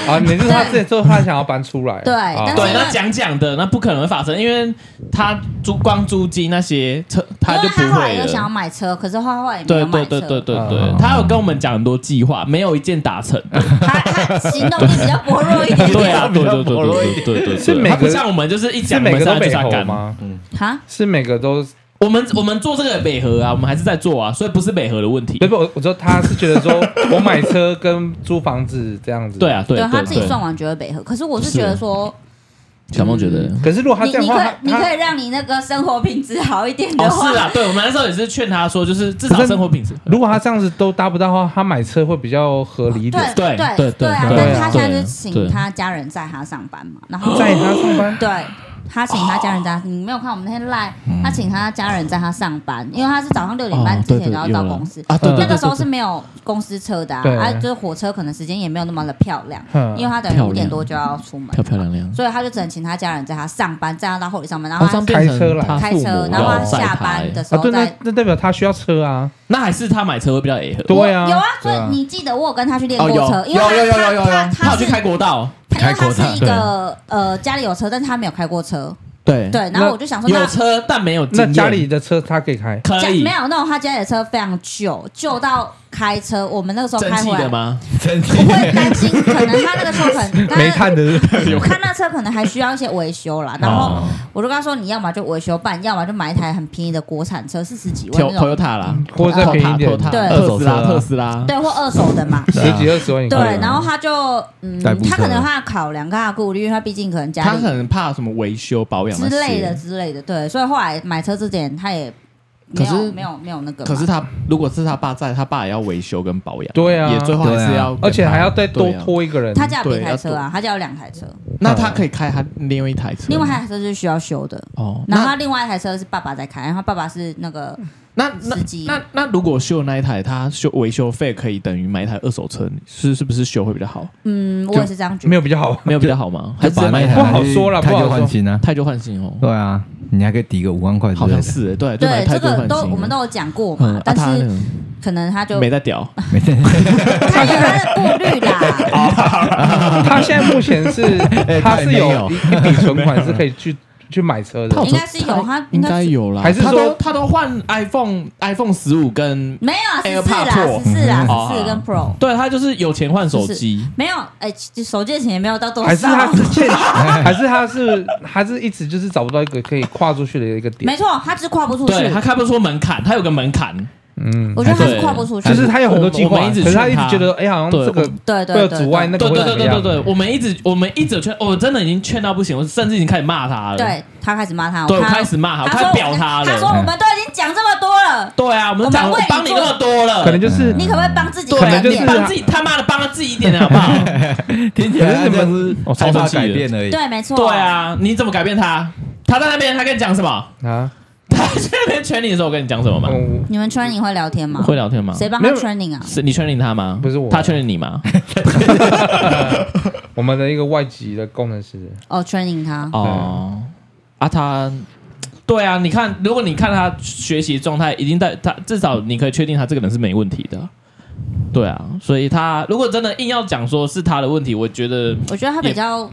C: 啊，你是他之前说他想要搬出来，
B: 对
C: 啊
B: 但是
A: 对，
B: 因为
A: 那讲讲的那不可能会发生，因为他租光租金那些车他
B: 因
A: 就
B: 为
A: 不
B: 他后来
A: 会
B: 又想要
A: 了。
B: 买车，可是他后来也没
A: 对
B: 有
A: 对
B: 买
A: 对
B: 车。
A: 对对
C: 嗯
A: 对，他有跟我们讲很多计划，没有一件达 成。
B: 他他行动力比较薄弱一点。
A: 对啊，对对对
D: 薄弱一
A: 对对对对，
C: 是每个
A: 他不像我们就是一
C: 是
A: 讲我
C: 每
A: 们
C: 个都
A: 上来
C: 北
A: 就要
C: 投
A: 干。
C: 吗？
B: 哈，
C: 是每个都，
A: 我们我们做这个北河啊，我们还是在做啊，所以不是北河的问题
C: 不。是我，我说他是觉得 说我买车跟租房子这样子，
A: 对。啊，对
B: 他自己
A: 对
B: 算完觉得北河，可是我是觉得说，
A: 小梦觉得。
C: 可是如果他
B: 你
C: 这样
B: 你
C: 的
B: 可
C: 话
B: 以，你
C: 他
B: 可以让你那个生活品质好一点
A: 哦
B: 的，话，
A: 是啊，对我们那时候也是劝他说，就是至
C: 可
A: 少
C: 是
A: 生活品质。
C: 如果他这样子都搭不到的话，他买车会比较合理一点。
A: 对
B: 对
A: 对
B: 对啊！
A: 对
B: 但是
C: 对啊
B: 他现在
A: 对
B: 就是
A: 对
B: 请他家人载他上班嘛，然后
C: 在他上班，
B: 对他请他家人在，你没有看我们那天赖，他请他家人在他上班，因为他是早上六点半
A: 嗯哦
B: 之
A: 对对
B: 前就要到
A: 有了
B: 公司
A: 啊对对
B: 那
A: 对
B: 个时候
A: 对
B: 是没有公司车的啊，
C: 对
B: 啊，就是火车可能时间也没有那么的漂亮，
C: 嗯
B: 因为他等于
A: 漂亮
B: 五点多就要出门，
A: 漂漂亮亮，
B: 所以他就只能请他家人在他上班，载他到后里上班，然后
A: 然后这
B: 他
A: 样变成
C: 开车来
A: 他
B: 开
A: 啊父
B: 车，
A: 母
B: 然后
A: 要
B: 他
A: 载
B: 下
A: 他
B: 班的
A: 欸
B: 时
C: 啊，
B: 候
C: 对，那
B: 再。
C: 那代表他需要车啊。
A: 那还是他买车会比较 A 合。
C: 对啊，
B: 我有啊，所
C: 对
B: 以你记得我有跟他去练
A: 哦有
B: 过车，因为
D: 有有
B: 他
D: 有有有
B: 他
A: 他
B: 他
A: 有去
B: 是
A: 开国道，哦
B: 因为
D: 开
B: 他
D: 国
B: 是
D: 道
B: 一个呃家里有车，但是他没有开过车，
A: 对
B: 对，然后我就想说那
A: 有车但没有经
C: 那
A: 验
C: 家里的车他可以开，
A: 可
B: 家
A: 以
B: 没有那种他家里的车非常旧，旧到开车，我们那个时候
A: 蒸
B: 开
A: 汽
B: 回
A: 的
B: 来。
A: 吗？
D: 真的
B: 我会担心，可能他那个车 可能
C: 煤炭的是不是
B: 他那车可能还需要一些维修啦。然后我就跟他说，你要么就维修办，要么就买一台很便宜的国产车，四十几万那种，
A: Toyota 啦
C: 或者再便宜一点
A: ，Toyota
B: 对
A: 特斯拉
D: 二手车啊
A: 特斯拉，
B: 对，或二手的 嘛。
C: 十几二十万，你
B: 对
C: 可以啊，
B: 然后他就嗯
D: 代步，车
B: 他可能有他的考量跟他的顾虑，因为他毕竟可能家
A: 他
B: 里
A: 可能怕什么维修保养那
B: 之
A: 些
B: 类的。之类的，对，所以后来买车之前他也没
A: 可是
B: 有没有没有那个嘛，
A: 可是他如果是他爸在，他爸也要维修跟保养，
C: 对啊
A: 也最后还是要跟他，
C: 而且还要再多
A: 对啊
C: 拖一个人。
B: 他家有
A: 对
B: 别台
A: 要
B: 车
A: 多
B: 啊，他家有两台车，
A: 那他可以开他另外一台车吗，
B: 另外一台车是需要修的。
A: 哦，
B: 然后他
A: 那
B: 另外一台车是爸爸在开，然后爸爸是那个
A: 那那
B: 司机
A: 那那如果修那一台，他修维修费可以等于买一台二手车，是是不是修会比较
C: 啊
A: 好？
B: 嗯，我也是这样觉得。
C: 没有比 较好，
A: 没有比较好吗？还
D: 就
A: 直
D: 是把
A: 接
D: 那
A: 买
D: 一
A: 一
D: 台
A: 台
C: 不好说啦
D: 开
C: 不好
D: 就
C: 说
D: 换新啊，
A: 太旧换新哦？
D: 对啊，你还可以抵个五万块之类
A: 好
D: 的，
A: 像是欸对，就买
B: 对，
A: 太
B: 这
A: 旧换
B: 个
A: 新
B: 都
A: 的
B: 我们都有讲过
A: 嗯
B: 嘛
A: 啊，
B: 但
A: 他
B: 是
A: 呢
B: 可能他就
A: 没在屌，
B: 他有他的顾虑 啦。
A: 哦
C: 他现在目前是
D: 哎
C: 他是
D: 没
C: 有
D: 有
C: 一一笔存款是可以去去买车的
A: 他，
B: 应该是有他
A: 应
B: 应该是
A: 该有啦，
C: 还是
A: 他
C: 说
A: 都他都换 iPhone iPhone 十五跟
B: 没有啊十四
A: AirPod
B: 啦，
A: Pro
B: 十四啦，
A: 嗯哦
B: 十四跟 Pro
A: 对他就是有钱换手机，
B: 没有，哎，其实手机的钱也没有到多
C: 还是他
B: 少。
C: 是欠，还是他是还是一直就是找不到一个可以跨出去的一个点
B: 没。错，他只是跨不出去。
A: 对他开不出门槛，他有个门槛，
C: 嗯，
B: 我觉得他是跨不出去
C: 就。是他有很多计
A: 我
C: 划，
A: 们一
C: 可
A: 直
C: 是他一
A: 劝
C: 直
A: 他
C: 觉得哎，好像
A: 对
C: 这个
B: 对
C: 会有
B: 对
C: 阻
B: 对
C: 碍那
A: 对
C: 个会
A: 对
C: 怎
A: 对
C: 么
A: 对对对，
C: 样？
A: 我们一直我们一直劝，我真的已经劝到不行，我甚至已经开始骂他了，
B: 对，他开始骂他，
A: 对，我
B: 他
A: 开始骂他，我
B: 他
A: 开始
B: 说
A: 表他
B: 他说
C: 嗯
A: 了，
B: 我们都已经讲这么多了，
A: 对啊，我们讲
B: 我
A: 我
B: 们为你
A: 帮你
B: 做
A: 那么多了，
C: 可能就是
B: 你可不可以帮自己
A: 对
B: 一点
A: 啊，
C: 能就是
B: 点
A: 你帮自己他妈的帮他自己一点好不好？
D: 听起来
C: 可是你们
D: 像是
A: 我哦超
D: 害怕
A: 生气的
D: 改变而已。
B: 对，没错。
A: 对，啊，你怎么改变他？他在那边，他跟你讲什么？
C: 啊，
A: 他在那边圈你的时候，我跟你讲什么吗？
C: 嗯
B: 你们 training 会聊天吗？
A: 会聊天吗？
B: 嗯谁帮
C: 没
B: 他
C: 有
B: training 啊？
A: 是你圈领他吗？
C: 不是我
A: 他圈领你吗？
C: 我们的一个外籍的工程师，
B: 哦，training 他。
A: 哦，啊，他，对啊，你看，如果你看他学习状态，已经在他至少你可以确定他这个人是没问题的。对啊，所以他如果真的硬要讲说是他的问题，我觉得
B: 我觉得他比较，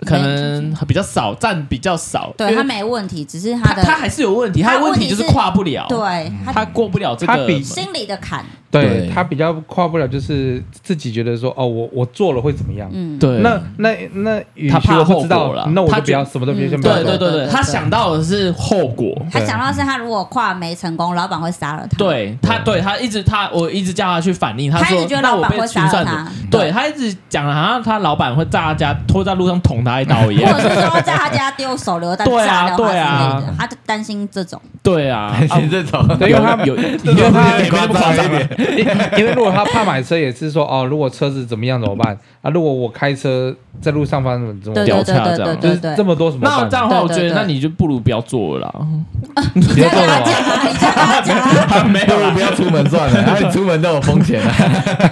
A: 可能比较少，占比较少。
B: 对
A: 因为
B: 他没问题，只是
A: 他
B: 他的
A: 他还是有问题，
B: 他
A: 他
B: 的
A: 的问题就是
B: 问题是
A: 跨不了，
B: 对他
A: 他过不了这
C: 他
A: 个
C: 比
A: 门
B: 心里的坎，
C: 对
D: 对
C: 他比较跨不了，就是自己觉得说哦，我我做了会怎么样？
B: 嗯，
A: 对，
C: 那那那，与
A: 他
C: 其
A: 怕
C: 我
A: 后
C: 不知道
A: 果啦，
C: 那我
A: 他
C: 就不
A: 觉
C: 要什么都不要
B: 嗯
C: 先不要
A: 对
C: 做
A: 对对
B: 对
A: 对，
B: 对
A: 他想到的是后果。
B: 他想到是他如果跨没成功，老板会杀了他。，
A: 对他，对他一直他，我一直叫他去反应，
B: 他一
A: 说
B: 直觉得
A: 那
B: 老
A: 我
B: 板
A: 被
B: 会
A: 清
B: 杀
A: 算
B: 了
A: 的，
B: 他，
A: 对他一直讲了，好像他老板会炸他家，拖在路上捅他一刀一
B: 或
A: 样。
B: 者是说在他家丢手榴弹
A: 对啊
B: 炸掉他之
A: 对啊
B: 类的，他就担心这种。
A: 对 啊，啊
D: 先这种，
C: 对，因为他
A: 有有
C: 因为他
A: 没那么夸张啊
D: 一点，
C: 因为如果他怕买车，也是说哦，如果车子怎么样怎么办啊？如果我开车在路上发生怎
B: 对
C: 么办？
B: 对
A: 屌
B: 对
A: 叉
B: 对
A: 这
B: 对
A: 样
C: 就是
B: 对
C: 这
B: 对，
C: 么多什么
A: 那
C: 办
A: 这
C: 法？
A: 样的话，我
B: 对
A: 觉
B: 对
A: 得
B: 对
A: 那你就不如不要做了啦。
B: 你这样跟他讲啊，你这样跟他讲啊，
A: 他 没
D: 不如不要出门 算了，哎，出门都有风险啊。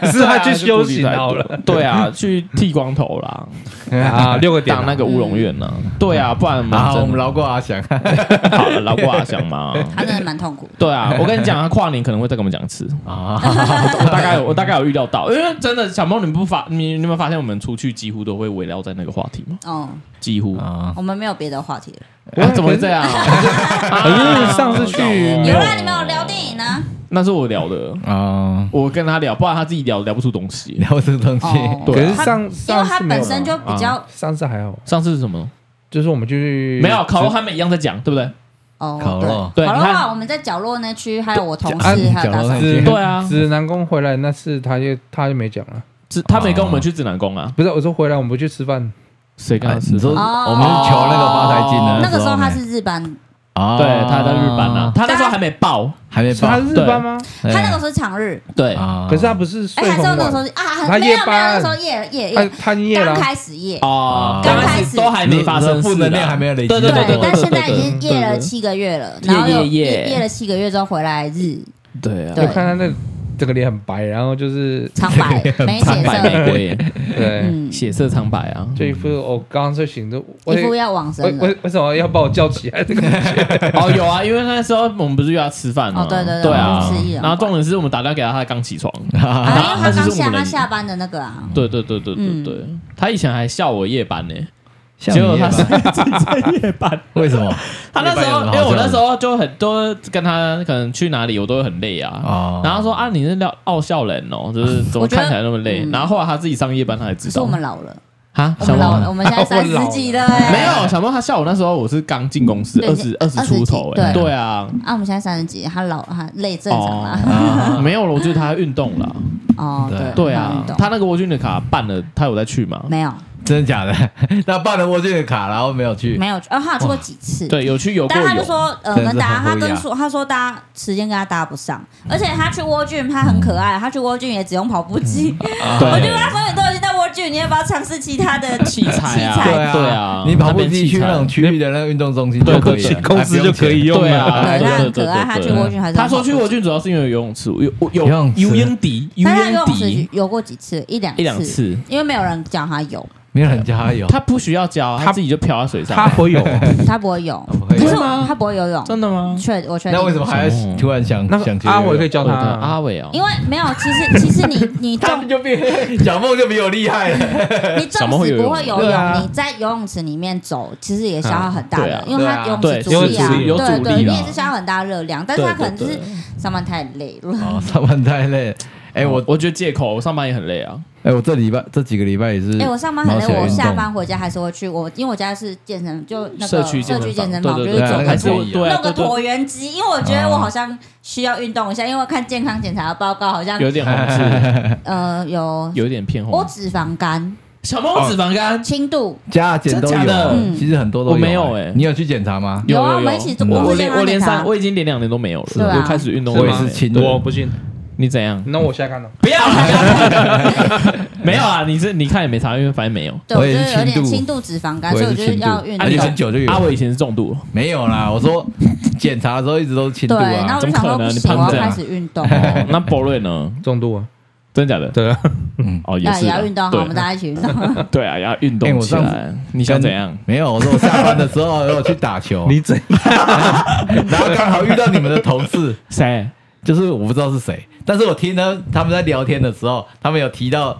C: 是他去
A: 啊
C: 修行好了
A: 了。对啊，去剃光头啦，
C: 啊，六个点啊
A: 当那个乌龙院呢？对啊，不然我们
D: 好，
A: 真
D: 我们饶过 阿翔，
A: 好了，老挂想嘛。
B: 他真的蛮痛苦。
A: 对啊，我跟你讲， 他跨年可能会再跟我们讲一 次。
D: 啊，
A: 我大概有我大概有预料到，因为真的小猫，你不发你你有没有发现我们出去几乎都会围绕在那个话题吗？
B: 哦，
A: 几乎啊，
D: 啊
B: 我们没有别的话题了。
A: 怎么会这样？啊
C: 可是上次去没
B: 有啊啦，你们有聊电影啊？
A: 那是我聊的，
D: 啊，
A: 我跟他聊，不然他自己聊聊不出东西。
D: 聊这东西，
B: 哦，
A: 对啊
C: 可是
B: 他
C: 上
B: 因为
C: 上
B: 他
C: 次没有
B: 本
C: 吧
B: 身就比较
C: 上次还好，
A: 上次是什么？
C: 就是我们去
A: 没有，烤肉他们一样在讲，对不对？
B: 哦，
D: 烤肉
A: 对
B: 烤肉
A: 你看
B: 啊，我们在角落那区，还有我同
D: 啊
B: 事，还有
D: 角
B: 大
D: 落
B: 嫂
D: 那。
C: 指
A: 对啊
C: 指南宫回来那次他就他就没讲了，
A: 只他没跟我们去指南宫啊，
C: 不是我说回来我们不去吃饭，
A: 谁跟
D: 哎
A: 他吃啊
D: 你说我
A: 饭？
D: 们是求那个发财金的，
B: 哦那个时候他
D: 没
B: 是日班，
D: 啊，
A: 对，他在日本啊，他那时候还没报，
D: 还没
C: 是他
D: 报
C: 是日班吗？
B: 他那个时候是长日，
A: 对
D: 哎啊
C: 可是他不是
B: 哎，
C: 睡
B: 还是
C: 很
B: 那个时候
C: 晚，
B: 是啊，
C: 他
B: 没有
C: 夜
B: 没有，那
C: 班
B: 时候夜夜
C: 他
B: 夜
C: 他夜
B: 刚
C: 了，
B: 开始夜，
A: 哦，
D: 刚
A: 刚
B: 开
A: 开
B: 始
A: 始都还没发生事啊，
D: 负能量还没有累积
A: 对对对对
B: 但现在已
A: 对
B: 经夜了七个月了，
A: 对
B: 然后又
A: 夜夜夜
B: 夜了七个月之后回来日
A: 对啊
B: 对
C: 就看他那整个脸很白，然 后就是
B: 苍 白没血
A: 苍
B: 色，
A: 白玫瑰，
C: 对，
B: 嗯，
A: 血色苍白啊，
C: 就一副我刚刚睡醒的，
B: 一副
C: 为
B: 要往
C: 为
B: 生了。
C: 为为什么要把我叫起来？这个
A: 哦，有啊，因为那时候我们不是约他吃饭吗？
B: 哦对对对
A: 对啊
B: 我们去吃一人，
A: 然后重点是我们打电话给他，他刚起床。
B: 啊，因为
A: 那
B: 他刚
A: 就是我
B: 下
A: 们的
B: 他下班的那个啊，
A: 对对对对对对，他以前还笑我夜班呢，
D: 像
A: 结果
D: 你
A: 他
D: 夜
A: 是
D: 班
A: 在夜班。
D: 为什么
A: 他那时候，
D: 夜
A: 因
D: 班有什么好笑的
A: 为我那时候就很多跟他可能去哪里，我都会很累啊。
D: 啊
A: 然后他说啊，你是聊傲笑人哦，就是怎么
B: 我觉得
A: 看起来那么累？
B: 嗯
A: 然后后来他自己上夜班，他才知
B: 可是
A: 道
B: 我。们老了，
A: 啊，
B: 我
A: 小
B: 们老
A: 猫
B: 了，我们现在
C: 我
B: 三
C: 老了
B: 十几了哎，
A: 没有小猫，他笑我那时候我是刚进公司，
B: 对
A: 二十二十
B: 20
A: 出头
B: 几
A: 哎，
B: 对
A: 对啊，
B: 啊，我们现在三十几，他老他累正常啦。
A: 哦，没有了，我觉得他运动了。
B: 哦，
D: 对
B: 对，
A: 对
B: 我
A: 啊
B: 懂，
A: 他那个沃君的卡办了，他有再去吗？
B: 没有
D: 真的假的？ 那办了沃俊的卡，然后没有去
B: 没有，呃，他有去过几次，
A: 对，有去游过
B: 但他就
A: 泳，
B: 说，呃，
D: 真的是
B: 跟大家，
D: 好
B: 他
D: 不一样
B: 跟说，他说大家时间跟他搭不上，而且他去蜗居，他很可爱，他去蜗居也只用跑步机， 我就跟
A: 啊对，
B: 他说你都已经在蜗居，你要不要尝试其他的
A: 器材啊
B: 器材
A: 对啊
D: 你跑步
A: 那边
D: 机
A: 器材
D: 去那种区域的那个运动中心就
A: 对
D: 可以了，
C: 公司就可以用
A: 对
C: 了。
A: 啊，
B: 对他
A: 对对
B: 很
A: 对
B: 可爱他去
A: 对啊
B: 蜗居还是
A: 他说
B: 很
A: 去
B: 好
A: 蜗居主要是因为有游泳池，有有
D: 游泳池
A: 游泳底，游
B: 但他游
A: 泳
B: 泳池
A: 底
B: 游过几次，一两
A: 一两
B: 次，
A: 次，
B: 因为没有人教他游，
D: 没有人加油。
A: 他不需要教，他
C: 他
A: 自己就漂在水
C: 他
A: 上。
C: 会有
B: 他不会游，
D: 不
B: 可
D: 会
B: 是
A: 真的吗
B: 我他不会游泳，
A: 真的吗？
B: 确我确定，
D: 那为什么还要突然想
C: 那
D: 想
C: 个
D: 去？
C: 阿伟可以教
A: 我的
C: 他啊，
A: 阿伟哦，
B: 因为没有，其实其实你你
D: 他
B: 重
D: 们就比小梦就比我厉害了。
B: 你纵
A: 小猫会
B: 使
A: 游泳
B: 不会游
D: 对啊
B: 泳，你在游泳池里面走，其实也消耗很大
A: 对
B: 的
A: 啊，
B: 因为它游泳
A: 对
B: 池
A: 啊
B: 阻力啊，
C: 对
A: 有阻
B: 对
A: 力有阻力
B: 对，
A: 啦
B: 你也是消耗很大热量，但是
A: 对
B: 它可能就
A: 对
B: 是
A: 对
B: 上班太累了。
D: 哦，上班太累。哎，我
A: 我觉得借口，我上班也很累啊。
D: 哎，我这礼拜这几个礼拜也是。
B: 哎，我上班很累，
D: 毛起来
B: 我
D: 运动
B: 下班回家还是会去，我因为我家是健身，就那个
A: 社区
B: 社区健身
A: 对
B: 房，我就是
A: 对对，
B: 走
D: 那
A: 对
D: 个
A: 还
B: 个
A: 是
B: 椭
A: 我对啊
B: 弄个
A: 对哦
B: 椭
A: 对，
B: 圆机，因为我觉得我好像需要运动一下，因为我看健康检查的报告好像
A: 有点红 是，
B: 呃有
A: 有点偏
B: 我
A: 红。
B: 脂肪肝
A: 小猫脂肪肝，
B: 轻度，
D: 加减都
A: 真的
B: 嗯
D: 有，啊其实很多都
A: 我没有
D: 哎
A: 哎。
D: 你有去检查吗？
B: 有啊
A: 有嗯
B: 我们一起做
A: 我
D: 我
A: 我
D: 们
A: 连
B: 健康
A: 我连
B: 检查
A: 三我已经连两年都没有
B: 是啊吧
A: 了，我开始运动，
D: 我也
A: 了
D: 是亲的，
C: 我不信，
A: 你怎样？
C: 那我现在看到
A: 不要啦， 没有啊，你是你看也没查，因为反正没有。
B: 对
D: 我
B: 我
D: 也
B: 就是是有
D: 轻
B: 点
D: 度
B: 轻度脂肪肝，
D: 我
B: 所以我
D: 也是
B: 就是
D: 轻度
B: 要运，
A: 啊
D: 而且
B: 动
D: 很。久就有
A: 阿
D: 了。
A: 伟以前是重度，
D: 没有 啦，我说检查的时候一直都轻度
B: 对，然后
D: 啊
B: 我。就
A: 怎么
B: 想
A: 可
B: 说
A: 能
B: 不
A: 你
B: 行，
A: 胖
B: 我要
A: 这样
B: 开始运动。
A: 哦那 b o r 呢？
C: 重度啊，
A: 真假的？
C: 对啊，
A: 哦，也
B: 那
A: 是
B: 也
A: 啊
B: 要运动好，
A: 对
B: 我们大家一起运动。
A: 对啊，也要运
D: 哎
A: 动
D: 我
A: 起
D: 上次
A: 来。你想怎样？？
D: 没有，我说我下班的时候我有去打 球，
C: 你怎
D: 然后刚好遇到你们的同事，
A: 谁？
D: 就是我不知道是谁，但是我听呢他们在聊天的时候，他们有提到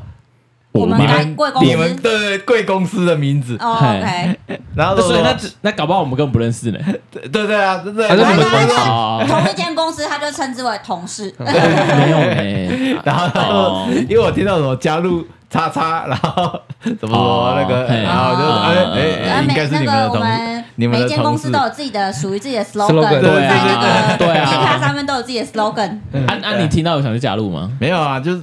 B: 我们
A: 你们
B: 来贵公
D: 你们
B: 司。
D: 对贵公司的名字，
B: 哦
A: 嘿
B: ，OK，
D: 然
A: 那
D: 后都
A: 所
B: 呃
D: 说
A: 以那那搞不好我们根本不认识 呢。
D: 对对对啊，对对
C: 还是
B: 你们
D: 对对
A: 哦，
B: 同一间公司，他就称之为同事。
A: 没有呢。
D: 然后他
A: 哦
D: 说，因为我听到什么加入叉叉，然后怎么
A: 哦
D: 说那个，
A: 嘿
D: 然后我就
A: 哦
D: 哎
B: 然
D: 哎，
B: 后
D: 应
B: 呃每
D: 该是
B: 啊那
D: 你们的
B: 个我
D: 同事
B: 们，
D: 你们
B: 每
D: 的
B: 间公
D: 同
B: 司
D: 事
B: 都有自己的属于自己的
C: slogan
B: slogan，
C: 对
B: 在那
A: 啊
B: 个
A: 对啊
B: D 卡上面都有自己的 slogan。
D: 嗯
A: 安安，啊你听到有想去加入 吗？
D: 没有啊，就是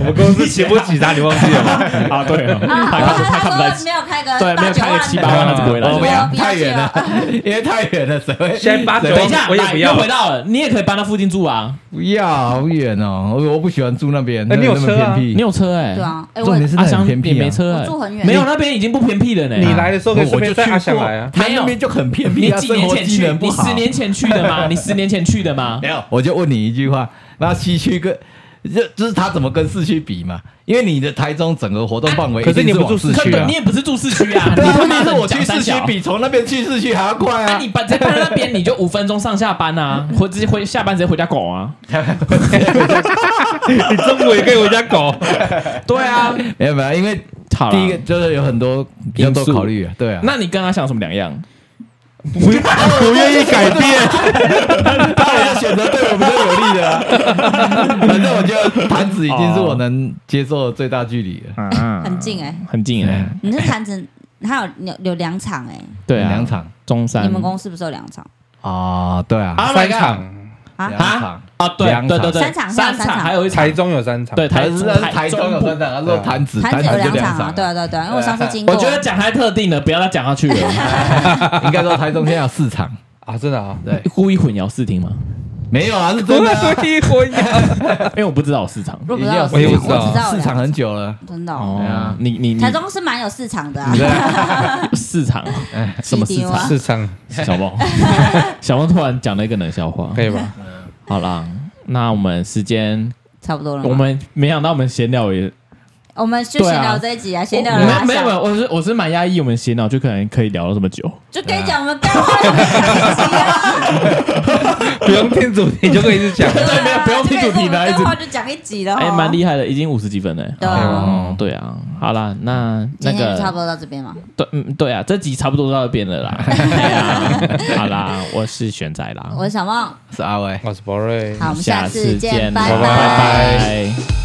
C: 我们公司起不起他，你忘记了吗？
A: 啊，对啊，
B: 啊，
A: 他看不他
B: 他
A: 看不
B: 他
A: 来
B: 说，没有开个
A: 对，没
B: 八
A: 有
B: 九
A: 开
B: 万
A: 个七八万，他是不会来
D: 哦我
A: 的
D: 不
B: 们。
D: 要
B: 哦不要
D: 太远了
B: 去，
D: 因为太远了，谁会？
C: 现在八九
D: 对
A: 等一下，
C: 我也不
A: 来
C: 要
A: 又。回到了，你也可以搬到附近住啊。
D: 不要好远哦，我我不喜欢住那边，
C: 哎你有
D: 那么
C: 车啊
D: 偏
A: 你
D: 僻，
A: 有车哎？
B: 对啊，哎，
D: 重
B: 我
D: 点是
A: 阿
D: 那很
A: 翔也
D: 偏僻啊
A: 没车哎
B: 我住很远
A: 没有那边已经不偏僻了呢。
C: 你来的时候可以顺便带阿翔来啊。
D: 他那边就很偏僻
A: 你
D: 啊，
A: 几
D: 生
A: 年
D: 活
A: 前
D: 技
A: 去
D: 能？不
A: 你
D: 好。
A: 十年前去的 吗？你十年前去的吗
D: 没？有，我就问你一句话，那西区跟就就是他怎么跟市区比嘛？因为你的台中整个活动范哎围一
C: 可
D: 定往，
C: 是你不住市区
A: 根
C: 啊
A: 本你也不是住市区啊，
D: 对
A: 你
D: 啊，
A: 他
D: 问
A: 妈
D: 题是
A: 的
D: 我
A: 讲
D: 去
A: 三
D: 市区
A: 小
D: 比从那边去市区还要快
A: 那
D: 啊！
A: 你搬在搬到那边，你就五分钟上下班啊，或直接回下班直接回家狗 啊。
C: 你中午也可以回家搞。
A: 对啊，
D: 没有没有，因为
A: 好啦
D: 第一个就是有很多比较多
A: 因素
D: 考虑啊，对啊。
A: 那你跟阿翔有什么两样？
C: 不不愿意改变，
D: 当然选择对我们最有利的、啊， 反正我觉得弹子已经是我能接受的最大距离了。
A: 啊
B: 很近哎。
A: 很近哎、
B: 你是谈成，还有有有两场哎，
A: 对啊，
D: 两场
A: 中山
B: 你们公司不是有两场
D: 啊，对啊，
A: 啊
C: 三场，
B: 啊？
D: 两场，
A: 啊，对
D: 两场
A: 对对对，
B: 三场
A: 三
B: 三场
A: 还有一场
C: 台中有三场，
A: 对
D: 台
A: 台中
D: 台中有
A: 部
D: 三场，他说弹子
B: 谈子有
D: 子就
B: 两
D: 两
B: 场
D: 场
B: 啊，对啊对啊对啊，因为我上次经过，
A: 我觉得讲太特定了，不要再讲下 去了，
D: 应该说台中现在有四场，
C: 啊，真的啊，
D: 对，
A: 故意混淆视 听吗？
D: 没有啊，是真的、啊。
C: 一回家，
A: 因为我不知道有市场
B: 我不知
D: 已
B: 道，
D: 经有
C: 我也不知道
B: 我只知道有
D: 市
B: 两
D: 场很久了，
B: 真的哦。
D: 啊
A: 哦，你你你
B: 台中是蛮有市场的啊，
A: 市场
D: 哎
A: 什么市
B: 七丢
A: 场
B: 啊？
C: 四 场
A: 小 梦，小梦突然讲了一个冷笑话
C: 可。以吧？
A: 好啦，那我们时间，
B: 差不多了吗。
A: 我们没想到我们闲聊也
B: 我们就闲聊这一集啊，闲聊
A: 我
B: 啦，
A: 没没有没有，我是我是蛮压抑，我们闲聊就可能可以聊到这么久。
B: 就跟你讲我们干话就可以讲一集啊，
C: 不用听主题就可以一直讲。
A: 对没有不用
B: 就可以
A: 听主题了
B: 说我们干话就讲一集了，
A: 哎，蛮厉害的，已经五十几分了。
B: 对啊
A: 哦对啊，好啦，那那
B: 今天
A: 个
B: 就差不多到这边嘛，
A: 对，嗯，对啊，这集差不多到这边 了啦。哎呀好啦，我是玄仔啦，
B: 我是小梦，
D: 是阿威。
C: 我是博瑞，
B: 好，我们下
A: 次
B: 见，
A: 啦
B: 拜
A: 拜拜